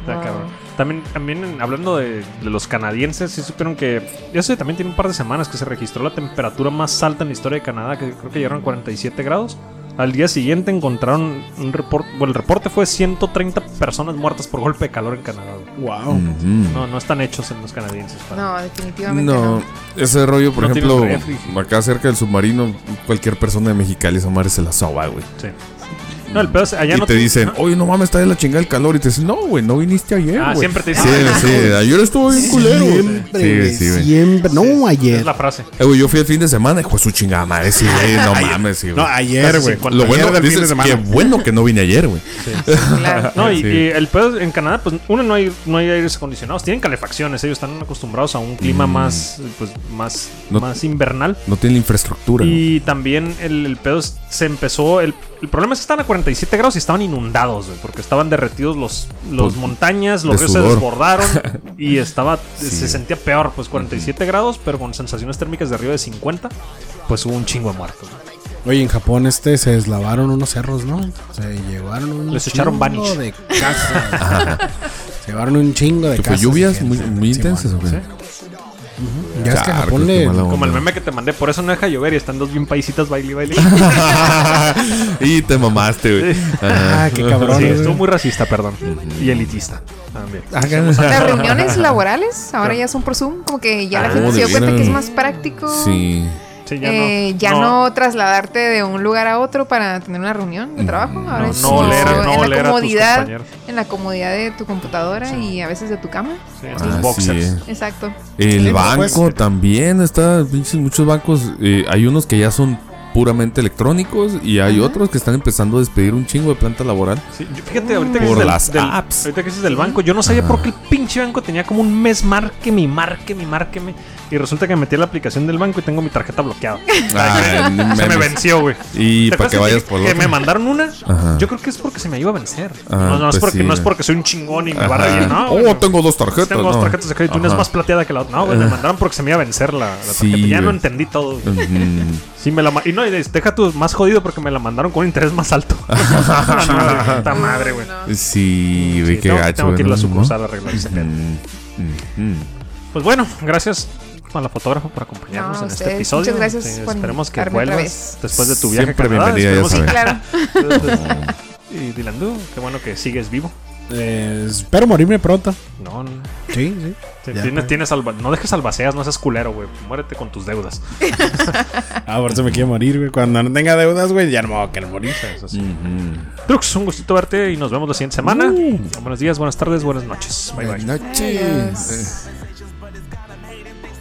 Speaker 2: Está
Speaker 4: Wow.
Speaker 2: cabrón. También, también en- hablando de, de los canadienses, sí supieron que. Ya sé, también tiene un par de semanas que se registró la temperatura más alta en la historia de Canadá, que creo que llegaron a 47 grados. Al día siguiente encontraron un reporte. Bueno, el reporte fue 130 personas muertas por golpe de calor en Canadá. güey.
Speaker 5: Wow.
Speaker 3: Ujú.
Speaker 2: No, no están hechos en los canadienses. para-
Speaker 4: No, definitivamente no.
Speaker 3: No, ese rollo, por
Speaker 2: No tiene
Speaker 3: ejemplo,
Speaker 2: refri.
Speaker 3: acá cerca del submarino, cualquier persona de Mexicali esa madre se la soba, güey.
Speaker 2: Sí. No, el pedo es. Allá
Speaker 3: y
Speaker 2: no
Speaker 3: te dicen,
Speaker 2: no-
Speaker 5: "Ah".
Speaker 3: oye, no mames, está de la chingada el calor. Y te dicen, no, güey, no viniste ayer.
Speaker 2: Ah,
Speaker 3: güey".
Speaker 2: siempre te dicen,
Speaker 3: Sí,
Speaker 2: "Ah,
Speaker 3: sí, ayer estuvo bien culero. güey". Sí, güey, sí, güey.
Speaker 5: siempre. No,
Speaker 2: Es
Speaker 5: ayer.
Speaker 2: la frase.
Speaker 3: Eh, güey, yo fui el fin de semana y fue su chingada madre. Sí,
Speaker 5: [laughs]
Speaker 3: güey, no mames, sí, güey.
Speaker 5: No, ayer, güey.
Speaker 2: cincuenta.
Speaker 3: Lo
Speaker 5: ayer
Speaker 3: bueno
Speaker 5: del fin
Speaker 3: dices,
Speaker 5: de semana.
Speaker 3: Qué bueno que no vine ayer, güey. [laughs]
Speaker 4: Claro.
Speaker 2: No, y,
Speaker 3: Sí.
Speaker 2: y el pedo es, en Canadá, pues uno no hay, no hay aires acondicionados, tienen calefacciones, ellos están acostumbrados a un clima más, pues, más,
Speaker 3: Mm. No-
Speaker 2: más invernal.
Speaker 3: No tiene la infraestructura. güey.
Speaker 2: Y también el, el pedo es- se empezó. El, el problema es que estaban a 47 grados y estaban inundados, güey, porque estaban derretidos los, los
Speaker 3: Pues,
Speaker 2: montañas, los
Speaker 3: de
Speaker 2: ríos se
Speaker 3: sudor. [laughs]
Speaker 2: desbordaron y estaba se
Speaker 3: Sí.
Speaker 2: sentía peor, pues 47 grados, pero con sensaciones térmicas de arriba de 50, pues hubo un chingo de muertos. güey.
Speaker 5: Oye, en Japón este se deslavaron unos cerros, ¿no? Se llevaron un
Speaker 2: Les echaron Vanish.
Speaker 5: de casa. se llevaron un chingo de
Speaker 3: Que
Speaker 5: casa.
Speaker 3: fue lluvias
Speaker 5: gente.
Speaker 3: muy, muy
Speaker 5: Sí,
Speaker 3: intensas,
Speaker 5: mano.
Speaker 3: güey.
Speaker 5: Ya es que
Speaker 3: Charcos,
Speaker 5: Japón
Speaker 3: qué
Speaker 5: le...
Speaker 3: mala
Speaker 2: Como el
Speaker 3: onda.
Speaker 2: meme que te mandé, por eso no deja llover y están dos bien paisitas baile y
Speaker 3: [laughs]
Speaker 2: baile.
Speaker 3: [laughs] y te
Speaker 5: [laughs]
Speaker 3: mamaste, güey.
Speaker 5: Ah, qué cabrón.
Speaker 2: Sí,
Speaker 5: güey.
Speaker 2: estuvo muy racista, perdón. Y elitista también.
Speaker 4: Las reuniones laborales ahora ya son por Zoom, como que ya la
Speaker 2: Ah,
Speaker 4: gente se dio
Speaker 3: divino.
Speaker 4: cuenta que es más práctico.
Speaker 3: Sí.
Speaker 2: Sí, ya
Speaker 4: Ya,
Speaker 2: no.
Speaker 4: eh, ya no. trasladarte de un lugar a otro para tener una reunión de trabajo. Ahora
Speaker 3: Mm, no,
Speaker 4: es
Speaker 3: no
Speaker 4: como
Speaker 3: oler a-
Speaker 2: no oler
Speaker 4: en
Speaker 2: a
Speaker 4: la
Speaker 2: tus
Speaker 4: comodidad,
Speaker 2: compañeros.
Speaker 4: en la comodidad de tu computadora y a veces de tu cama.
Speaker 2: Sí,
Speaker 3: Ah,
Speaker 2: estos
Speaker 3: sí,
Speaker 2: boxers.
Speaker 3: eh.
Speaker 4: Exacto.
Speaker 3: El
Speaker 5: Sí,
Speaker 3: banco
Speaker 5: pues, pues.
Speaker 3: también está, pinches, muchos bancos, eh, hay unos que ya son puramente electrónicos y hay otros que están empezando a despedir un chingo de planta laboral.
Speaker 2: Sí, yo- fíjate, ahorita que,
Speaker 3: Por
Speaker 2: dices del-
Speaker 3: las
Speaker 2: del,
Speaker 3: apps.
Speaker 2: ahorita que dices del banco, yo no sabía por qué el pinche banco tenía como un mes márqueme y márqueme y márqueme. Y resulta que metí la aplicación del banco y tengo mi tarjeta bloqueada.
Speaker 3: Ah, no
Speaker 2: [laughs] Se me
Speaker 3: mames.
Speaker 2: venció, güey.
Speaker 3: Y
Speaker 2: ¿Te
Speaker 3: para
Speaker 2: acuerdas
Speaker 3: que vayas por
Speaker 2: que
Speaker 3: otra.
Speaker 2: me mandaron una.
Speaker 3: Ajá.
Speaker 2: Yo creo que es porque se me iba a vencer.
Speaker 3: Ah,
Speaker 2: no, no, es
Speaker 3: pues
Speaker 2: porque,
Speaker 3: sí.
Speaker 2: no es porque soy un chingón y me va a
Speaker 3: Ajá.
Speaker 2: reír. No,
Speaker 3: oh,
Speaker 2: güey.
Speaker 3: tengo dos tarjetas.
Speaker 2: Tengo dos
Speaker 3: no.
Speaker 2: tarjetas de crédito. Una es
Speaker 3: Ajá.
Speaker 2: más plateada que la otra. No, güey, me mandaron porque se me iba a vencer la, la tarjeta.
Speaker 3: Sí,
Speaker 2: ya lo
Speaker 3: güey.
Speaker 2: entendí todo. güey.
Speaker 3: Ujú.
Speaker 2: Sí, me la ma- Y no, y des- deja tú más jodido porque me la mandaron con un interés más
Speaker 3: [laughs]
Speaker 2: alto. [laughs] Puta madre, güey.
Speaker 3: Sí,
Speaker 2: Sí,
Speaker 3: ve qué
Speaker 2: tengo,
Speaker 3: gacho.
Speaker 2: tengo que ir a
Speaker 3: ¿no?
Speaker 2: la sucursal a arreglar ese pedo.
Speaker 3: Mm, mm,
Speaker 2: Pues bueno, gracias a la fotógrafa por acompañarnos
Speaker 4: No,
Speaker 2: en este
Speaker 4: ustedes,
Speaker 2: episodio.
Speaker 4: muchas gracias
Speaker 2: Sí,
Speaker 4: por
Speaker 2: esperemos que
Speaker 4: invitarme otra
Speaker 2: vuelvas
Speaker 4: vez.
Speaker 2: después de tu viaje. a
Speaker 3: Siempre
Speaker 2: Canadá,
Speaker 3: bienvenida, ya
Speaker 2: esperemos
Speaker 3: sabes.
Speaker 4: Claro.
Speaker 2: que- [laughs] Y Dilandú, qué bueno que sigues vivo.
Speaker 5: Eh, espero morirme pronto.
Speaker 2: No, no.
Speaker 5: Sí, sí.
Speaker 2: Sí,
Speaker 5: Ya,
Speaker 2: tienes,
Speaker 5: güey.
Speaker 2: tienes alba- no dejes albaceas, no seas culero, güey. Muérete con tus deudas.
Speaker 5: Ah, por eso me quiero morir, güey. Cuando no tenga deudas, güey, ya no me voy a querer morir.
Speaker 2: Eso sí.
Speaker 3: mm,
Speaker 2: Drux, un gustito verte y nos vemos la siguiente semana.
Speaker 3: Uh.
Speaker 2: Buenos días, buenas tardes, buenas noches. Bye bye.
Speaker 3: mm. Noches.
Speaker 4: Adiós.